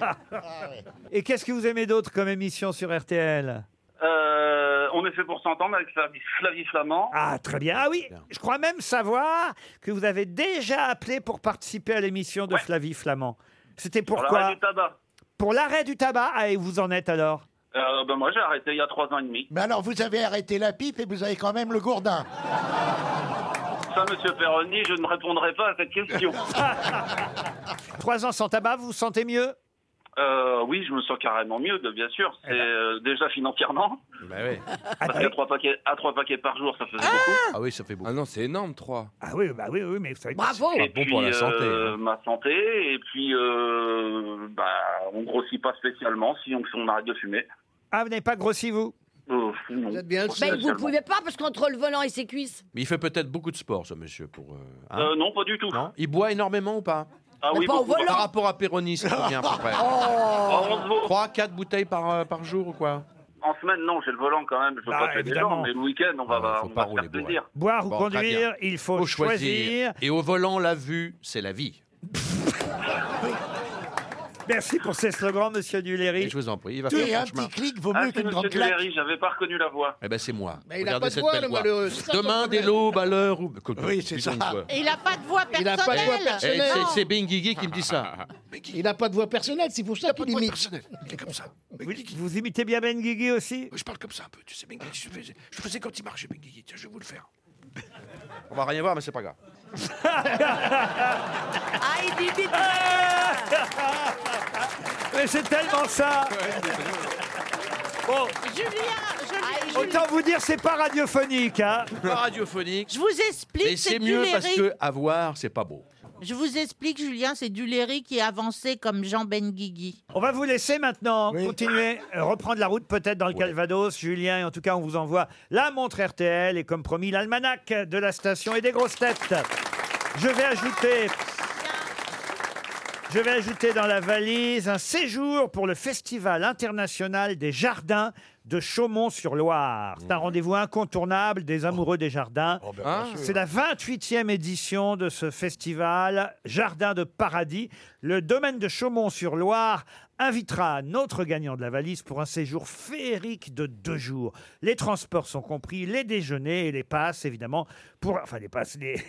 Et qu'est-ce que vous aimez d'autre comme émission sur RTL Euh, on est fait pour s'entendre avec Flavie, Flavie Flamand. Ah, très bien. Ah oui, je crois même savoir que vous avez déjà appelé pour participer à l'émission de Flavie Flamand. C'était Pour l'arrêt pourquoi du tabac. Pour l'arrêt du tabac. Ah, et vous en êtes alors Euh, bah, moi, j'ai arrêté il y a 3 ans et demi. Mais alors, vous avez arrêté la pipe et vous avez quand même le gourdin. Ça, monsieur Perroni, je ne répondrai pas à cette question. Trois ans sans tabac, vous vous sentez mieux Euh, oui, je me sens carrément mieux, de- bien sûr. Eh ben. C'est euh, déjà financièrement. Parce qu'à trois paquets, à trois paquets par jour, ça faisait beaucoup. Ah oui, ça fait beaucoup. Ah non, c'est énorme, 3. Ah oui, bah oui, oui, mais vous savez. Bravo Et Bon pour la puis, santé. hein. euh, ma santé, et puis euh, bah, on grossit pas spécialement si on, si on arrête de fumer. Ah, vous n'avez pas grossi, vous Vous êtes bien Mais Bah, vous pouvez pas parce qu'entre le volant et ses cuisses. Mais il fait peut-être beaucoup de sport, ce monsieur. Pour, euh, hein Euh, non, pas du tout. Il boit énormément ou pas Ah Mais oui, pas au beaucoup. volant. Par rapport à Péroni, c'est combien à peu près Oh. 3, 4 bouteilles par, euh, par jour ou quoi En semaine, non, j'ai le volant quand même, je veux Ah, pas tuer des évidemment. Ah, gens, mais le week-end, on va, bah, on va se faire plaisir. Boire ou très conduire, bien. il faut choisir. Et au volant, la vue, c'est la vie. Merci pour ces slogans, monsieur Duléry. Je vous en prie. Il va Tout- faire et son un chemin. petit clic vaut Ah, mieux c'est qu'une monsieur grande claque. Valérie, j'avais pas reconnu la voix. Eh ben, c'est moi. Mais il a Regardez pas de cette voix, belle le voix. malheureux, c'est ça son Demain, dès problème. l'aube, à l'heure. où- Oui, c'est Dis ça. donc, quoi. Et il n'a pas de voix Il personnelle. a pas de voix Eh, personnelle. c'est- C'est Benguigui qui me dit ça. Il n'a pas de voix personnelle, c'est pour ça qu'il imite. Il est comme ça. Vous, vous imitez bien Ben Guigui aussi Je parle comme ça un peu, tu Ben sais, Benguigui. Je faisais, je faisais quand il marchait, Benguigui. Tiens, je vais vous le faire. On va rien voir, mais c'est pas grave. Ah, il dit vite. Mais c'est tellement ça Bon, Ah, Julien, je autant vous dire, c'est pas radiophonique, hein Pas radiophonique. Je vous explique, Mais c'est c'est du mieux parce lyrique. que avoir, c'est pas beau. Je vous explique, Julien, c'est du Léry qui est avancé comme Jean Benguigui. On va vous laisser maintenant continuer, euh, reprendre la route peut-être dans le Calvados, Julien. et En tout cas, on vous envoie la montre RTL et comme promis, l'almanach de la station et des grosses têtes. Je vais ajouter. Je vais ajouter dans la valise un séjour pour le Festival international des jardins de Chaumont-sur-Loire. C'est un rendez-vous incontournable des amoureux des jardins. Mmh. Oh, ben, bien sûr. C'est la 28e édition de ce festival Jardin de Paradis. Le domaine de Chaumont-sur-Loire invitera notre gagnant de la valise pour un séjour féerique de deux jours. Les transports sont compris, les déjeuners et les passes, évidemment, pour... Enfin, les passes, les...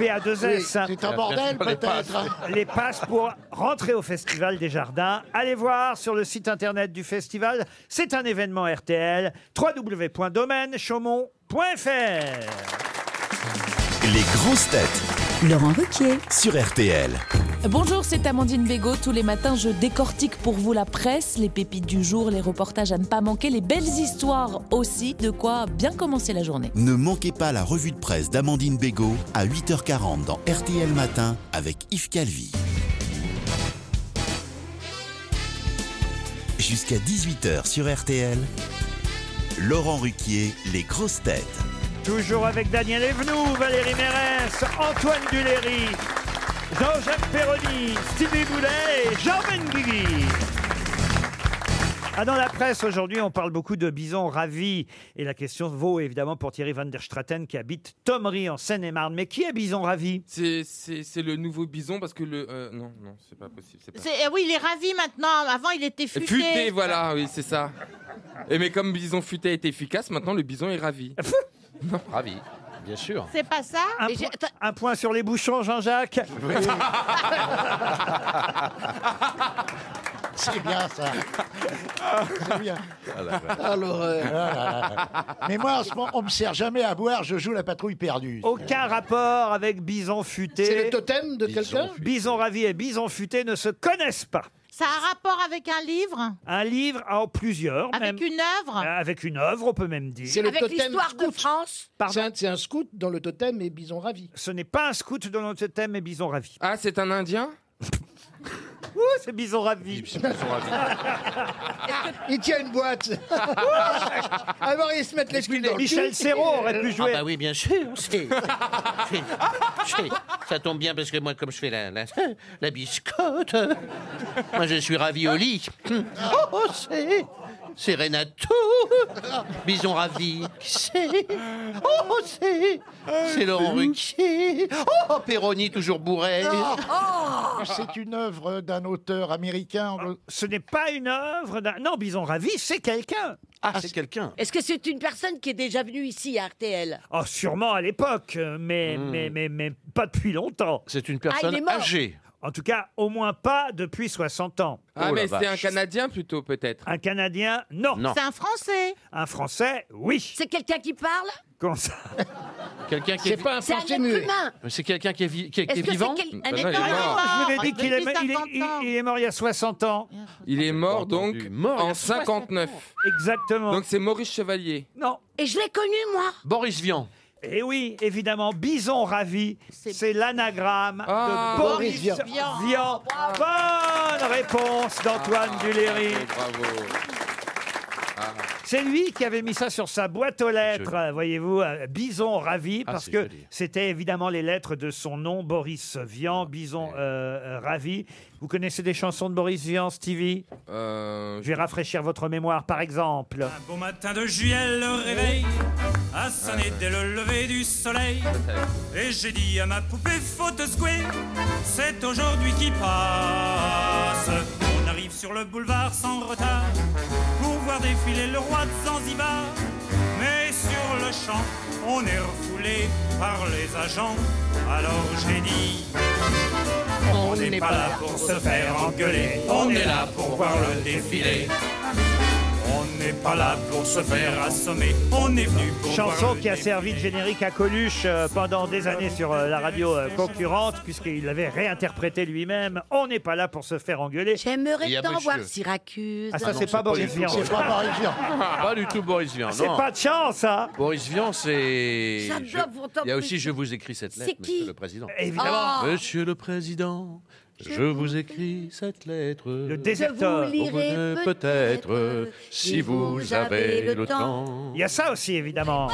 PA2S. Oui, c'est un bordel, Les passes. peut-être. hein. Les passes pour rentrer au Festival des Jardins. Allez voir sur le site internet du festival. C'est un événement RTL. www.domainechaumont.fr Les grosses têtes. Laurent Ruquier. Sur RTL. Bonjour, c'est Amandine Bégaud. Tous les matins, je décortique pour vous la presse, les pépites du jour, les reportages à ne pas manquer, les belles histoires aussi, de quoi bien commencer la journée. Ne manquez pas la revue de presse d'Amandine Bégaud à 8h40 dans RTL Matin avec Yves Calvi. Jusqu'à 18h sur RTL, Laurent Ruquier, les grosses têtes. Toujours avec Daniel Evenou, Valérie Mérès, Antoine Duléry, Jean-Jacques Perroni, Stevie Boulet et Jean Benguigui. Ah, dans la presse aujourd'hui, on parle beaucoup de bison ravi. Et la question vaut évidemment pour Thierry van der Straten qui habite Thomery en Seine-et-Marne. Mais qui est bison ravi C'est- C'est c'est le nouveau bison parce que le. euh, non, non, c'est pas possible. c'est pas- C'est- eh oui, il est ravi maintenant. Avant, il était futé. Futé, voilà, oui, c'est ça. Et mais comme bison futé est efficace, maintenant le bison est ravi. ravi, bien sûr. C'est pas ça un, point- un point sur les bouchons, Jean-Jacques C'est bien ça. C'est bien. Ah, l'horreur. Mais moi, en ce moment, on me sert jamais à boire, je joue la patrouille perdue. Aucun rapport avec bison futé. C'est le totem de Bison quelqu'un futé. Bison ravi et bison futé ne se connaissent pas. Ça a rapport avec un livre Un livre en plusieurs. Avec même. une œuvre Euh, Avec une œuvre, on peut même dire. C'est le Avec totem l'histoire de scout. France C'est un, c'est un scout dans le totem et bison ravi. Ce n'est pas un scout dans notre thème, mais bison ravi. Ah, c'est un Indien Ouh, c'est bison ravi. Il tient une boîte. Alors ils se mettent les culs dans le cul. Michel Serrault aurait pu jouer. Ah bah oui, bien sûr. c'est- c'est- c'est- Ça tombe bien parce que moi, comme je fais la, la, la biscotte, euh, moi je suis ravioli. Oh, c'est... C'est Renato. Bison ravi. C'est... Oh, c'est... C'est Laurent Ruquier. Oh, Perroni toujours bourré. Oh. C'est une œuvre d'un auteur américain. Ce n'est pas une œuvre d'un. Non, Bison Ravi, c'est quelqu'un. Ah, c'est quelqu'un. Est-ce que c'est une personne qui est déjà venue ici à RTL Oh, sûrement à l'époque, mais, mais, mais, mais pas depuis longtemps. Hmm. C'est une personne Ah, il est mort. âgée. En tout cas, au moins pas depuis 60 ans. Ah, Oh mais c'est un Canadien plutôt, peut-être. Un Canadien, non. C'est un Français. Un Français, oui. C'est quelqu'un qui parle Comment ça Quelqu'un qui C'est est pas un C'est un Français être muet. humain. Mais C'est quelqu'un qui est, vi- qui est- qui est Est-ce que c'est vivant quel- Bah un non, il être est humain mort. Je vous l'ai dit Ah, qu'il est, il est- il- il est mort il y a 60 ans. Il est mort donc en 59. Exactement. Donc c'est Maurice Chevalier. Non. Et je l'ai connu, moi. Boris Vian. Et Eh oui, évidemment, Bison Ravi, c'est l'anagramme Ah. de Boris, Boris Vian. Vian. Bonne réponse d'Antoine Ah. Duléry. Bravo. Ah. C'est lui qui avait mis ça sur sa boîte aux lettres, euh, voyez-vous, euh, Bison Ravi, Ah, parce c'est que joli. c'était évidemment les lettres de son nom, Boris Ah, Vian, Bison euh, euh, Ravi. Vous connaissez des chansons de Boris Vian, Stevie Je vais rafraîchir votre mémoire, par exemple. Un beau matin de juillet, le réveil a sonné ouais. dès le lever du soleil. Et j'ai dit à ma poupée, faut te secouer, c'est aujourd'hui qui passe. On arrive sur le boulevard sans retard pour voir défiler le roi de Zanzibar. Mais sur le champ, on est refoulé par les agents. Alors j'ai dit. On n'est pas là pour se faire engueuler, on est là pour voir le défilé. On n'est pas là pour se faire assommer, on est venu pour Chanson parler qui a servi de générique à Coluche euh, pendant des années sur euh, la radio euh, concurrente, puisqu'il l'avait réinterprété lui-même. On n'est pas là pour se faire engueuler. J'aimerais tant voir Syracuse. Ah, ça, c'est pas Boris Vian. Ah, Pas du tout Boris Vian. C'est non. pas de chance, hein Boris Vian, c'est. J'adore Je- vous entendre Il y a plus. aussi Je vous écris cette C'est lettre, qui Monsieur le Président. Oh. Évidemment. Ah. Monsieur le Président, je vous écris cette lettre. Le déserteur. Vous revenez peut-être si vous avez le temps. Il y a ça aussi, évidemment.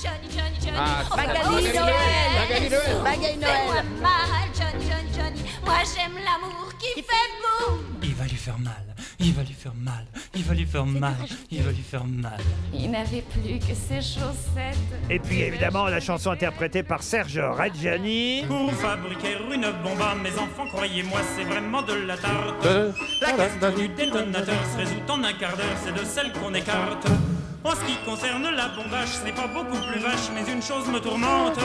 Johnny, Johnny, Johnny. Ah, Oh, ça, Magali Magali Noël. Noël. Magali Noël. Magali Noël. Fais-moi mal, Johnny, Johnny, Johnny. Moi, j'aime l'amour qui fait boum. Il va lui faire mal, il va lui faire mal, il va lui faire mal, il va lui faire mal. Il n'avait plus que ses chaussettes. Et puis, évidemment, la chanson interprétée par Serge Reggiani. Pour fabriquer une bombe à mes enfants, croyez-moi, c'est vraiment de la tarte. Euh, La question du détonateur se résout en un quart d'heure, c'est de celle qu'on écarte. En ce qui concerne la bombage, ce n'est pas beaucoup plus vache, mais une chose me tourmente,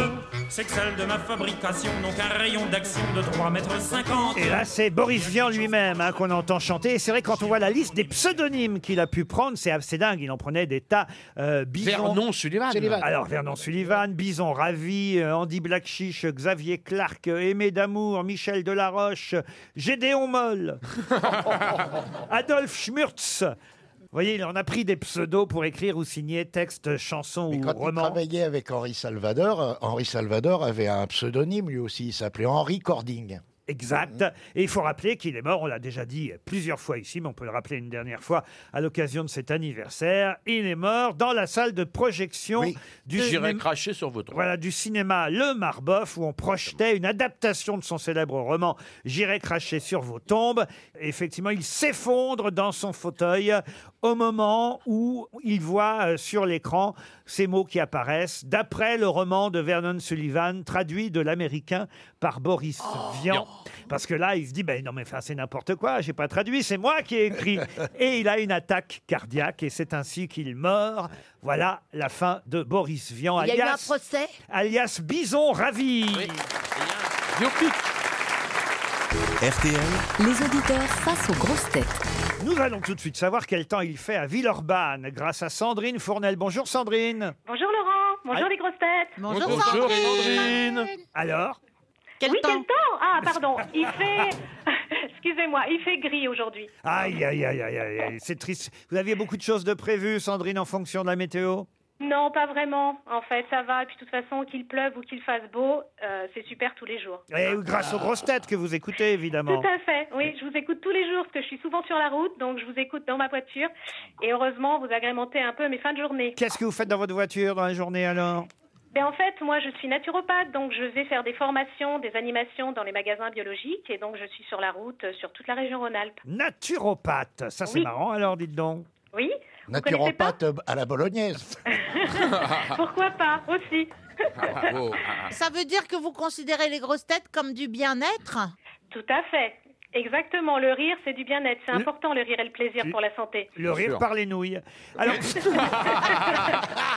c'est que celle de ma fabrication Donc un rayon d'action de 3 mètres 50. Et là, c'est Boris Vian lui-même hein, qu'on entend chanter. Et c'est vrai, quand on voit la liste des pseudonymes qu'il a pu prendre, c'est assez dingue. Il en prenait des tas. Euh, Bison, Vernon Sullivan. Sullivan. Alors, Vernon Sullivan, Bison Ravi, euh, Andy Blackchiche, Xavier Clark, euh, Aimé Damour, Michel Delaroche, euh, Gédéon Moll, Adolphe Schmurtz. Vous voyez, il en a pris des pseudos pour écrire ou signer texte, chanson ou Quand il roman. travaillait avec Henri Salvador, euh, Henri Salvador avait un pseudonyme lui aussi, il s'appelait Henri Cording. Exact. Et il faut rappeler qu'il est mort, on l'a déjà dit plusieurs fois ici, mais on peut le rappeler une dernière fois à l'occasion de cet anniversaire. Il est mort dans la salle de projection du, J'irai cinéma, cracher sur votre. voilà, du cinéma Le Marboff, où on projetait une adaptation de son célèbre roman J'irai cracher sur vos tombes. Et effectivement, il s'effondre dans son fauteuil au moment où il voit euh, sur l'écran ces mots qui apparaissent, d'après le roman de Vernon Sullivan, traduit de l'américain par Boris Vian. Parce que là, il se dit, ben non, mais enfin, c'est n'importe quoi, j'ai pas traduit, c'est moi qui ai écrit. et il a une attaque cardiaque, et c'est ainsi qu'il meurt. Voilà la fin de Boris Vian, Il y a eu un alias, procès alias Bison Ravi. RTL, Les auditeurs face aux grosses têtes. Nous allons tout de suite savoir quel temps il fait à Villeurbanne grâce à Sandrine Fournel. Bonjour Sandrine. Bonjour Laurent, bonjour Ah. les grosses têtes. Alors oui, quel temps Ah, pardon, il fait... Excusez-moi, il fait gris aujourd'hui. Aïe, aïe, aïe, aïe, aïe, aïe, c'est triste. Vous aviez beaucoup de choses de prévues, Sandrine, en fonction de la météo Non, pas vraiment. En fait, ça va. Et puis, de toute façon, qu'il pleuve ou qu'il fasse beau, euh, c'est super tous les jours. Et grâce aux grosses têtes que vous écoutez, évidemment. Tout à fait. Oui, je vous écoute tous les jours parce que je suis souvent sur la route, donc je vous écoute dans ma voiture. Et heureusement, vous agrémentez un peu mes fins de journée. Qu'est-ce que vous faites dans votre voiture dans la journée alors Ben, en fait, moi, je suis naturopathe, donc je vais faire des formations, des animations dans les magasins biologiques. Et donc, je suis sur la route, euh, sur toute la région Rhône-Alpes. Naturopathe, ça c'est Oui. marrant, alors dites donc. Oui vous connaissez pas Naturopathe euh, à la bolognaise. Pourquoi pas aussi Ah, Ça veut dire que vous considérez les grosses têtes comme du bien-être Tout à fait. Exactement. Le rire, c'est du bien-être. C'est important, le rire et le plaisir pour la santé. Le rire par les nouilles. Alors.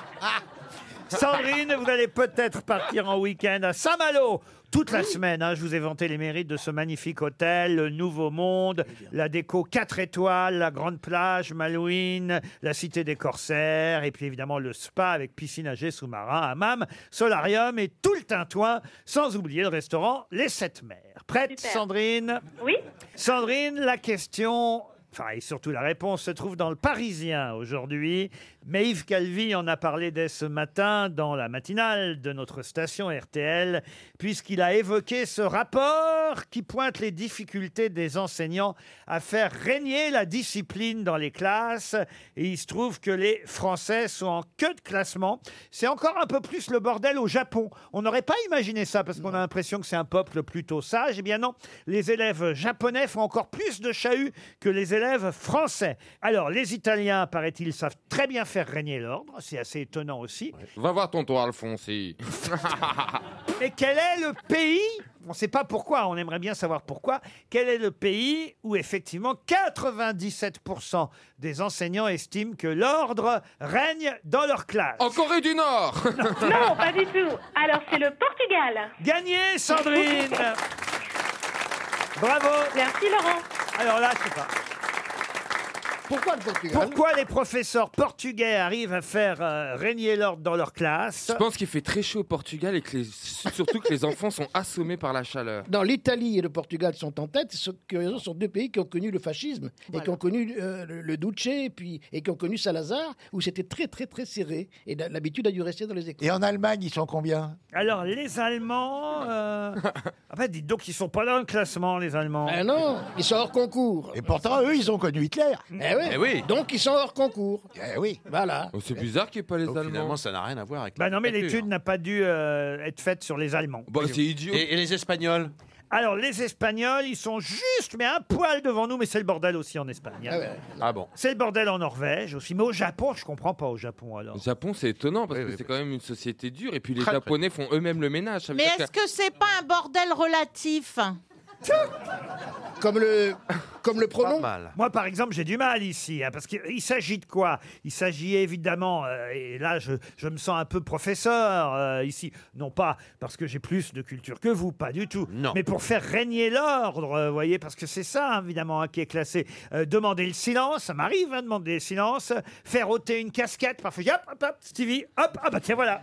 Sandrine, vous allez peut-être partir en week-end à Saint-Malo toute la semaine. hein. je vous ai vanté les mérites de ce magnifique hôtel, le Nouveau Monde, la déco 4 étoiles, la Grande Plage, Malouine, la Cité des Corsaires, et puis évidemment le spa avec piscine à jet sous-marin, hammam, solarium et tout le tintouin, sans oublier le restaurant Les Sept Mers. Prête, Sandrine Oui. Sandrine, la question, enfin, et surtout la réponse, se trouve dans le Parisien aujourd'hui. Mais Yves Calvi en a parlé dès ce matin dans la matinale de notre station RTL, puisqu'il a évoqué ce rapport qui pointe les difficultés des enseignants à faire régner la discipline dans les classes. Et il se trouve que les Français sont en queue de classement. C'est encore un peu plus le bordel au Japon. On n'aurait pas imaginé ça parce qu'on a l'impression que c'est un peuple plutôt sage. Eh bien non, les élèves japonais font encore plus de chahut que les élèves français. Alors, les Italiens, paraît-il, savent très bien faire régner l'ordre. C'est assez étonnant aussi. Va voir tonton Alfonsi. Mais quel est le pays On ne sait pas pourquoi, on aimerait bien savoir pourquoi. Quel est le pays où effectivement 97% des enseignants estiment que l'ordre règne dans leur classe En Corée du Nord Non, pas du tout. Alors, c'est le Portugal. Gagné, Sandrine Bravo Merci, Laurent. Alors là, je sais pas. Pourquoi le Portugal Pourquoi les professeurs portugais arrivent à faire euh, régner l'ordre dans leur classe Je pense qu'il fait très chaud au Portugal et que les- surtout que les enfants sont assommés par la chaleur. Non, l'Italie et le Portugal sont en tête. Ce curieusement, sont deux pays qui ont connu le fascisme et qui ont connu euh, le, le Duce et, puis, et qui ont connu Salazar, où c'était très, très, très serré. Et la- l'habitude a dû rester dans les écoles. Et en Allemagne, ils sont combien Alors, les Allemands. euh, En fait, dites donc, ils sont pas dans le classement, les Allemands. Ah non, ils sont hors concours. Et pourtant, eux, ils ont connu Hitler. Eh oui. Eh oui. Donc, ils sont hors concours. Eh oui. Voilà. Oh, C'est bizarre qu'il n'y ait pas les Donc, Allemands. finalement, ça n'a rien à voir avec. Bah non, mais l'écriture. hein. l'étude n'a pas dû euh, être faite sur les Allemands. Bah, c'est idiot. Et, et les Espagnols Alors, les Espagnols, ils sont juste, mais un poil devant nous, mais c'est le bordel aussi en Espagne. hein. Ah ouais. Ah bon C'est le bordel en Norvège aussi, mais au Japon, je comprends pas au Japon alors. Le Japon, c'est étonnant parce que c'est quand même une société dure et puis les Très, très. Japonais font eux-mêmes le ménage. Ça veut Mais dire est-ce que c'est pas un bordel relatif Comme le, comme le pronom Moi, par exemple, j'ai du mal ici, hein, parce qu'il s'agit de quoi Il s'agit évidemment, euh, et là, je, je me sens un peu professeur euh, ici, non pas parce que j'ai plus de culture que vous, pas du tout, mais pour faire régner l'ordre, euh, vous voyez, parce que c'est ça, évidemment, hein, qui est classé. Euh, demander le silence, ça m'arrive, hein, demander le silence, faire ôter une casquette, parfois, je dis, hop, hop, hop, Stevie, hop, ah bah tiens, voilà.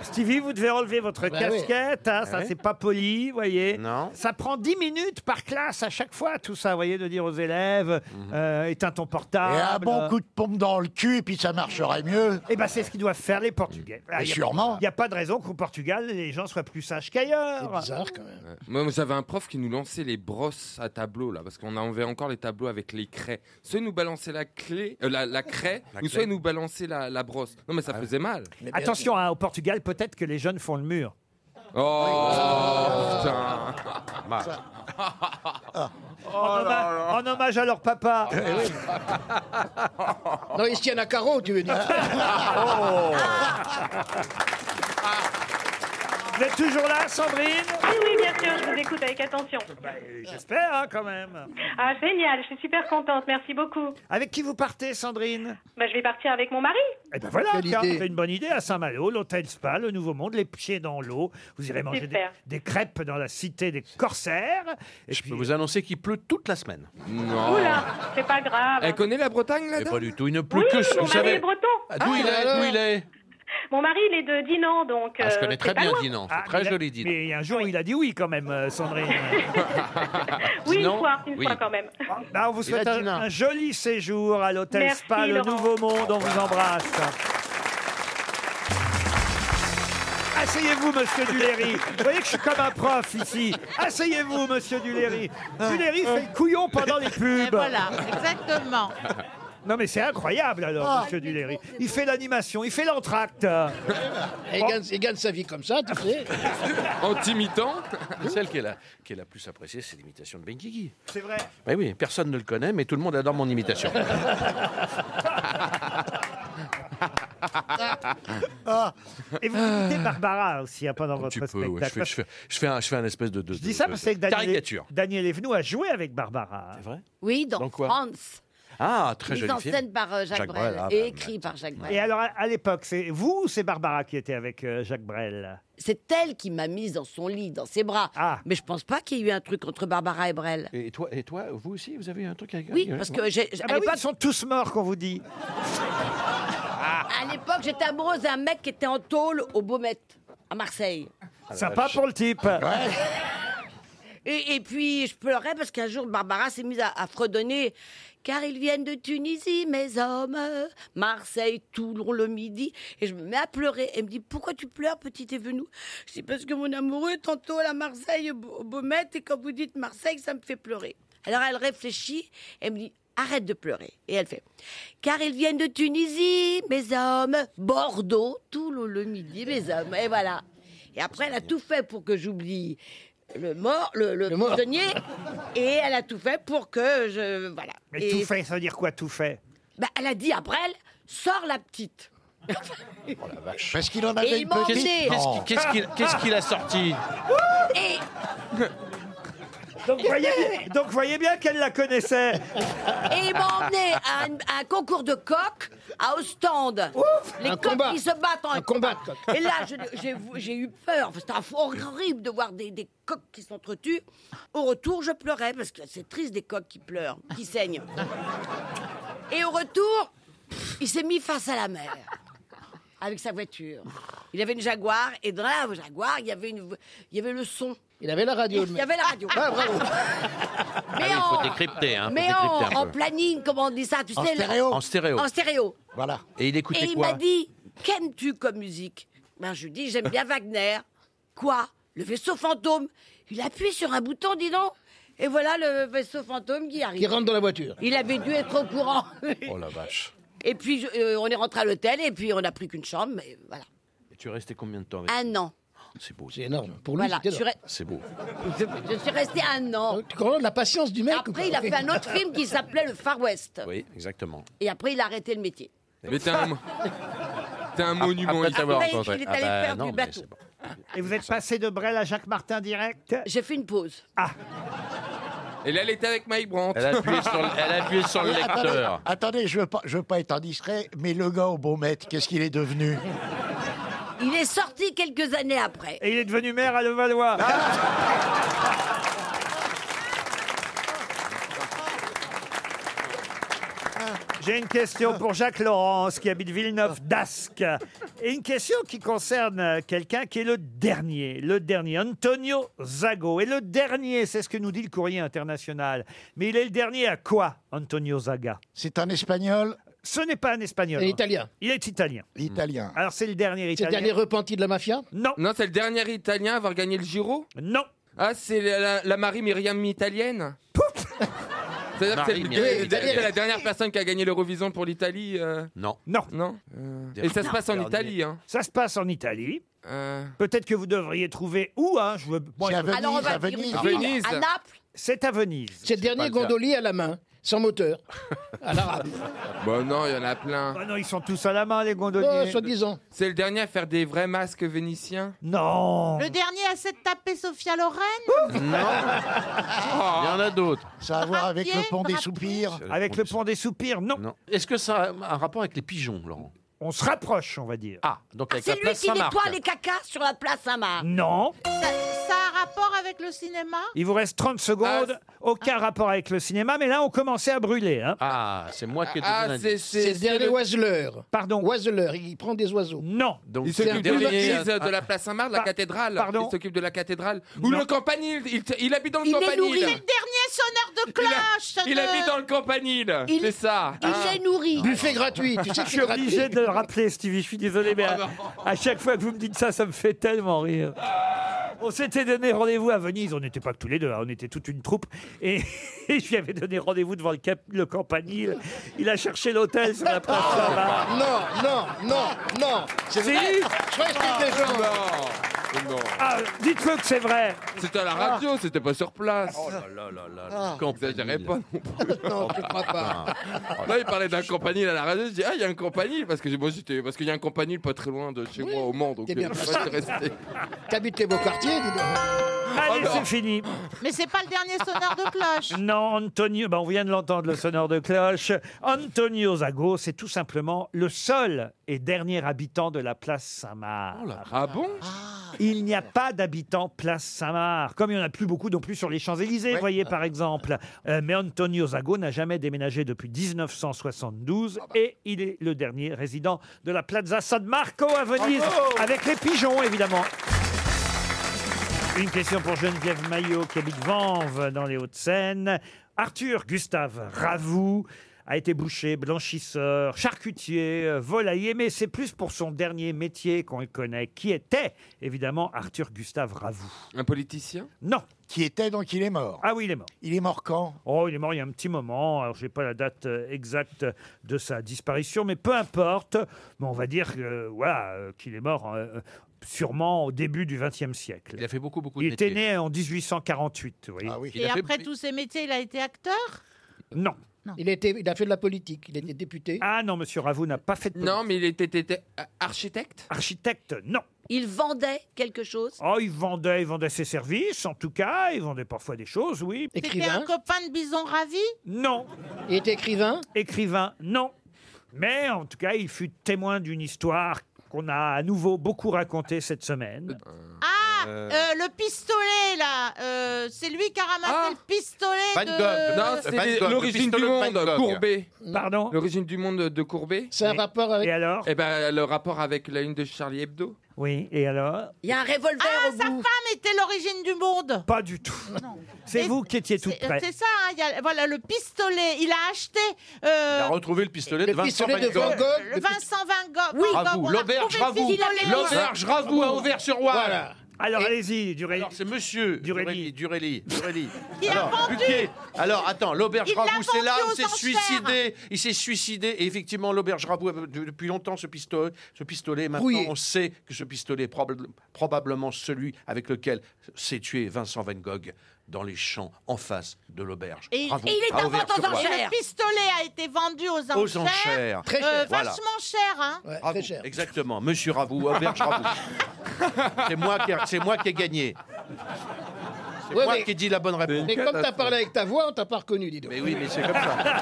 Stevie, vous devez enlever votre Bah oui. casquette, hein, Bah ça oui. c'est pas poli, vous voyez. Non. Ça prend 10 minutes par classe à chaque fois, tout ça, vous voyez, de dire aux élèves, euh, éteins ton portable. Et un bon coup de pompe dans le cul, et puis ça marcherait mieux. Eh ben, c'est ce qu'ils doivent faire les Portugais. Ah, Mais y a- sûrement. Il n'y a pas de raison qu'au Portugal, les gens soient plus sages qu'ailleurs. C'est bizarre quand même. que- Moi, j'avais un prof qui nous lançait les brosses à tableau là parce qu'on avait encore les tableaux avec les craies. Soit il nous balançait la clé, euh, la, la craie, La ou clé. Ah soit il nous balançait la, la brosse. Non, mais ça faisait mal. Attention, hein, au Portugal, peut-être que les jeunes font le mur. Oh putain. Oh en, hommage, en hommage à leur Eh papa. Non, ils se tiennent à carreau, tu veux dire. Oh. Vous êtes toujours là, Sandrine Bah, Oui, oui, bien sûr, je vous écoute avec attention. J'espère, hein, quand même. Ah, génial, je suis super contente, merci beaucoup. Avec qui vous partez, Sandrine Bah, je vais partir avec mon mari. Eh ben voilà, Quelle tiens, idée. c'est une bonne idée à Saint-Malo, l'hôtel Spa, le Nouveau Monde, les pieds dans l'eau. Vous irez manger des, Super. des crêpes dans la cité des corsaires. Et Je peux vous annoncer qu'il pleut toute la semaine. Ah. Non. Oula, c'est pas grave. Elle connaît la Bretagne là Mais pas du tout. Il ne pleut oui, Eh, que. mon Vous mari est savez. breton. Ah. Ah, D'où il est D'où il est Mon mari, il est de Dinan, donc. Ah, je euh, connais très c'est pas bien loin. Dinan. C'est très Ah, mais- joli Dinan. Mais un jour, il a dit oui quand même, euh, Sandrine. Oui, une Dinan, fois, une oui. fois quand même. Bah, on vous Il a souhaite un, Dinan. un joli séjour à l'hôtel Merci, Spa, le Laurent. Nouveau Monde. On vous embrasse. Asseyez-vous, monsieur Duléry. Vous voyez que je suis comme un prof ici. Asseyez-vous, monsieur Duléry. Duléry fait le couillon pendant les pubs. Voilà, exactement. Non, mais c'est incroyable alors, Ah. monsieur Duléry. Il fait l'animation, il fait l'entracte. Et il gagne- il gagne sa vie comme ça, tu sais. En t'imitant Celle qui est, la, qui est la plus appréciée, c'est l'imitation de Benguigui. C'est vrai. Ben oui, personne ne le connaît, mais tout le monde adore mon imitation. Et vous imitez Barbara aussi hein, pendant votre Oh, Tu peux, spectacle. ouais, je, fais, je, fais, je fais un, je fais un espèce de, de- Je dis ça de- parce que de Daniel, caricature. Daniel Evnou a joué avec Barbara. C'est vrai Oui, dans, Dans quoi France. Ah, Mise en scène par euh, Jacques, Brel, bah. et écrit par Jacques Brel. ah, ben, Et alors, à- à l'époque, c'est vous ou c'est Barbara qui était avec euh, Jacques Brel C'est elle qui m'a mise dans son lit, dans ses bras. Ah. Mais je pense pas qu'il y ait eu un truc entre Barbara et Brel. Et toi, et toi, vous aussi, vous avez eu un truc avec Oui, parce que j'ai- j'ai- Ah à bah oui, l'époque- ils sont tous morts, qu'on vous dit. À l'époque, j'étais amoureuse d'un mec qui était en tôle au Baumette, à Marseille. Ah, bah, Sympa pour le type. Et, et puis, je pleurais parce qu'un jour, Barbara s'est mise à, à fredonner. Car ils viennent de Tunisie, mes hommes, Marseille, Toulon, le midi. Et je me mets à pleurer. Elle me dit Pourquoi tu pleures, petite Evenou Je dis Parce que mon amoureux, tantôt à Marseille, au Bau- au Baumette, et quand vous dites Marseille, ça me fait pleurer. Alors elle réfléchit, elle me dit Arrête de pleurer. Et elle fait Car ils viennent de Tunisie, mes hommes, Bordeaux, Toulon, le midi, mes hommes. Et voilà. Et après, elle a tout fait pour que j'oublie le mort, le, le prisonnier, et elle a tout fait pour que je. Voilà. Mais Et- tout fait, ça veut dire quoi, tout fait bah, elle a dit après elle sors la petite. Oh, Parce qu'il en Et avait il une m'a petite. emmené. Non. Qu'est-ce qui- qu'est-ce qu'il- qu'est-ce qu'il a sorti Et Donc, voyez bien, donc, voyez bien qu'elle la connaissait. Et il m'a emmené à un, à un concours de coq à Ostende. Les Un coqs combat. qui se battent en Un combat de coqs. Et là, je- j'ai j'ai eu peur. C'était un- horrible de voir des, des coqs qui s'entretuent. Au retour, je pleurais parce que c'est triste des coqs qui pleurent, qui saignent. au retour, il s'est mis face à la mer avec sa voiture. Il avait une Jaguar et dans la Jaguar, il y avait, une... vo- il y avait le son. Il avait la radio, le Il y mec. avait la radio. Ah, bravo. Mais oui, en- faut décrypter, hein, faut mais décrypter en, un peu. en planning, comment on dit ça, tu En sais le- stéréo. En stéréo. En stéréo. Voilà. Et il écoutait Et il quoi m'a dit, qu'aimes-tu comme musique Ben je lui dis, j'aime bien Wagner. Quoi Le vaisseau fantôme Il appuie sur un bouton, dis donc. Et voilà le vaisseau fantôme qui arrive. Qui rentre dans la voiture. Il avait dû être au courant. Oh la vache. et puis je- euh, on est rentré à l'hôtel et puis on n'a pris qu'une chambre, mais voilà. Et tu es resté combien de temps avec Un an. C'est beau. C'est énorme. Pour lui, Voilà, c'était je énorme. suis C'est beau. Je suis restée un an. Tu comprends la patience du mec Après, il a fait un autre film qui s'appelait Le Far West. Oui, exactement. Et après, il a arrêté le métier. Mais t'es un, t'es un monument. Après t'avoir Après, rencontré. il est Ah allé bah faire non, du mais bateau. c'est bon. Et vous êtes passé de Brel à Jacques Martin direct J'ai fait une pause. Ah Et là, elle était avec Mike Brandt. Elle a appuyé sur le- elle a appuyé sur le Et attendez, lecteur. Attendez, je veux pas, je veux pas être indiscret, mais le gars au beau maître, qu'est-ce qu'il est devenu Il est sorti quelques années après. Ah. Et il est devenu maire à Levallois. J'ai une question pour Jacques Laurence qui habite Villeneuve d'Ascq. Et une question qui concerne euh, quelqu'un qui est le dernier, le dernier, Antonio Zago. Et le dernier, c'est ce que nous dit le courrier international. Mais il est le dernier à quoi, Antonio Zaga C'est un espagnol Ce n'est pas un espagnol. Un Italien. Il est italien. Italien. Alors c'est le dernier C'est le italien. dernier repenti de la mafia Non. Non, c'est le dernier Italien à avoir gagné le Giro Non. Ah, c'est la, la- la Marie Myriam italienne C'est-à-dire que c'est le- Marie Myriam c'est italienne. la dernière personne qui a gagné l'Eurovision pour l'Italie euh, Non. Non. Non Euh, Et ça se passe en Dernier. Italie, hein Ça se passe en Italie. Euh, Peut-être que vous devriez trouver où, hein, je veux... moi, je- Alors on va dire une ville, Venise. à Naples. C'est à Venise. C'est le dernier gondolier à la main, sans moteur. À l'arabe. Bon, Bah, non, il y en a plein. Ah non, ils sont tous à la main, les Oh, gondoliers. soi-disant. C'est le dernier à faire des vrais masques vénitiens non Le dernier à s'être tapé Sophia Lorraine Ah. Il y en a d'autres. Ça a à voir avec le pont des Drapier. soupirs Avec le pont des soupirs, non. Non. Est-ce que ça a un rapport avec les pigeons, Laurent On se rapproche, on va dire. Ah, donc avec C'est la lui place qui Saint-Marc. nettoie les cacas sur la place Saint-Marc. Non. ça, ça a rapport avec le cinéma Il vous reste 30 Ah, secondes. Aucun rapport avec le cinéma, mais là, on commençait à brûler. hein. Ah, c'est moi qui ai donné Ah, l'indice. c'est... C'est c'est- le c'est dernier le- oiseleur. Pardon. Oiseleur, il prend des oiseaux. Non. Donc, Il c'est s'occupe de le dernier. l'église de la place Saint-Marc, la Par- cathédrale. pardon Il s'occupe de la cathédrale. Ou Non. le campanile. Il, il habite dans le Il est campanile. nourri. C'est le dernier sonneur de Il, a- cloche il de- habite dans le campanile. Il- C'est ça. Il hein. est nourri. Buffet gratuit, tu sais que Je c'est suis gratuit. obligé de le rappeler, Stevie. Je suis désolé, mais à, à chaque fois que vous me dites ça, ça me fait tellement rire. On s'était donné rendez-vous à Venise. On n'était pas que tous les deux, hein, on était toute une troupe. Et, et je lui avais donné rendez-vous devant le, cap- le campanile. Il a cherché l'hôtel sur la place Saint-Marc. Non, Ah, non, non, non. C'est Si. vrai. Je respecte les gens. Non. Non. Ah, dites-le que c'est vrai. C'était à la radio, c'était pas sur place. Oh oh Là, là, là, là. Vous exagérez pas non plus. Ah. Non, je crois pas. Là, il parlait d'un campanile à la radio. Je dis, ah, il y a un campanile. Parce que j'ai- moi, j'étais- parce qu'il y a un campanile pas très loin de chez moi, au Mans. Donc, t'es bien euh, placé. moi, j'étais resté. T'habites les beaux quartiers, dis donc. Allez, non. c'est fini. Mais c'est pas le dernier sonneur de cloche Non, Antonio, ben on vient de l'entendre, le sonneur de cloche. Antonio Zago, c'est tout simplement le seul et dernier habitant de la place Saint-Marc. Ah bon Il n'y a pas d'habitants place Saint-Marc, comme il n'y en a plus beaucoup non plus sur les Champs-Élysées, voyez par exemple. Euh, mais Antonio Zago n'a jamais déménagé depuis Ah 1972 bah. et il est le dernier résident de la Plaza San Marco à Venise, avec les pigeons évidemment. Une question pour Geneviève Maillot qui habite Vanves dans les Hauts-de-Seine. Arthur Gustave Ravoux a été boucher, blanchisseur, charcutier, euh, volailler, mais c'est plus pour son dernier métier qu'on le connaît, qui était évidemment Arthur Gustave Ravoux. Un politicien Non. Qui était donc il est mort. Ah oui, il est mort. Il est mort quand Oh, il est mort il y a un petit moment. Alors, je n'ai pas la date euh, exacte de sa disparition, mais peu importe. Mais on va dire euh, voilà, euh, qu'il est mort euh, sûrement au début du XXe siècle. Il a fait beaucoup, beaucoup Il de était métiers. né en 1848, vous voyez. Ah oui. Il Et a fait- après tous ces métiers, il a été acteur Non. Il, était, il a fait de la politique, il était député. Ah non, monsieur Ravoux n'a pas fait de politique. Non, mais il était, était, euh, architecte Architecte, non. Il vendait quelque chose. Oh, il vendait, il vendait ses services, en tout cas. Il vendait parfois des choses, oui. C'était un Écrivain. copain de Bison Ravi Non. Il était écrivain. Écrivain, non. Mais en tout cas, il fut témoin d'une histoire qu'on a à nouveau beaucoup racontée cette semaine. Ah euh, le pistolet, là, euh, c'est lui qui a ramassé le pistolet Van de... Gogh. Non, c'est Van Gogh, l'origine le du pistolet de Van monde, Gogh. Courbet. Pardon L'origine du monde de Courbet C'est un rapport avec... Et alors Eh ben, le rapport avec la une de Charlie Hebdo. Oui, et alors Il y a un revolver ah, sa femme était l'origine du monde. Pas du tout. C'est vous qui étiez tout Euh, près. C'est ça, hein, il y a- voilà, le pistolet, il a acheté... euh, Il a retrouvé le pistolet de Vincent Van Gogh. Le Vincent Van Gogh. Oui. Van Gogh, Ravoux, on a l'auberge retrouvé le Ravoux. pistolet. L'auberge Ravoux à Auvers-sur-Oise. Voilà. Alors allez-y, Durelli. Alors c'est monsieur Durelli. Durelli. Durelli. Il a Alors, vendu. Buquet. Alors attends, l'auberge Il l'a Ravoux, c'est là vendu où aux s'est suicidé. Il s'est suicidé. Et effectivement, l'auberge Ravoux, avait de- depuis longtemps, ce pistolet, ce pistolet maintenant, Rouillé. on sait que ce pistolet est probable- probablement celui avec lequel s'est tué Vincent Van Gogh dans les champs en face de l'auberge. Et, Ravoux, et il est à en vente aux Auvers-sur-Oise. enchères. Le pistolet a été vendu aux enchères. enchères. Très Euh, cher. Voilà. Vachement cher, hein. Ravoux, Exactement, monsieur Ravoux, auberge Ravoux. c'est moi qui, c'est moi qui ai gagné. C'est Ouais, moi mais- qui ai dit la bonne réponse. Mais comme t'as parlé avec ta voix, on t'a pas reconnu, dis donc. Mais oui, mais c'est comme ça.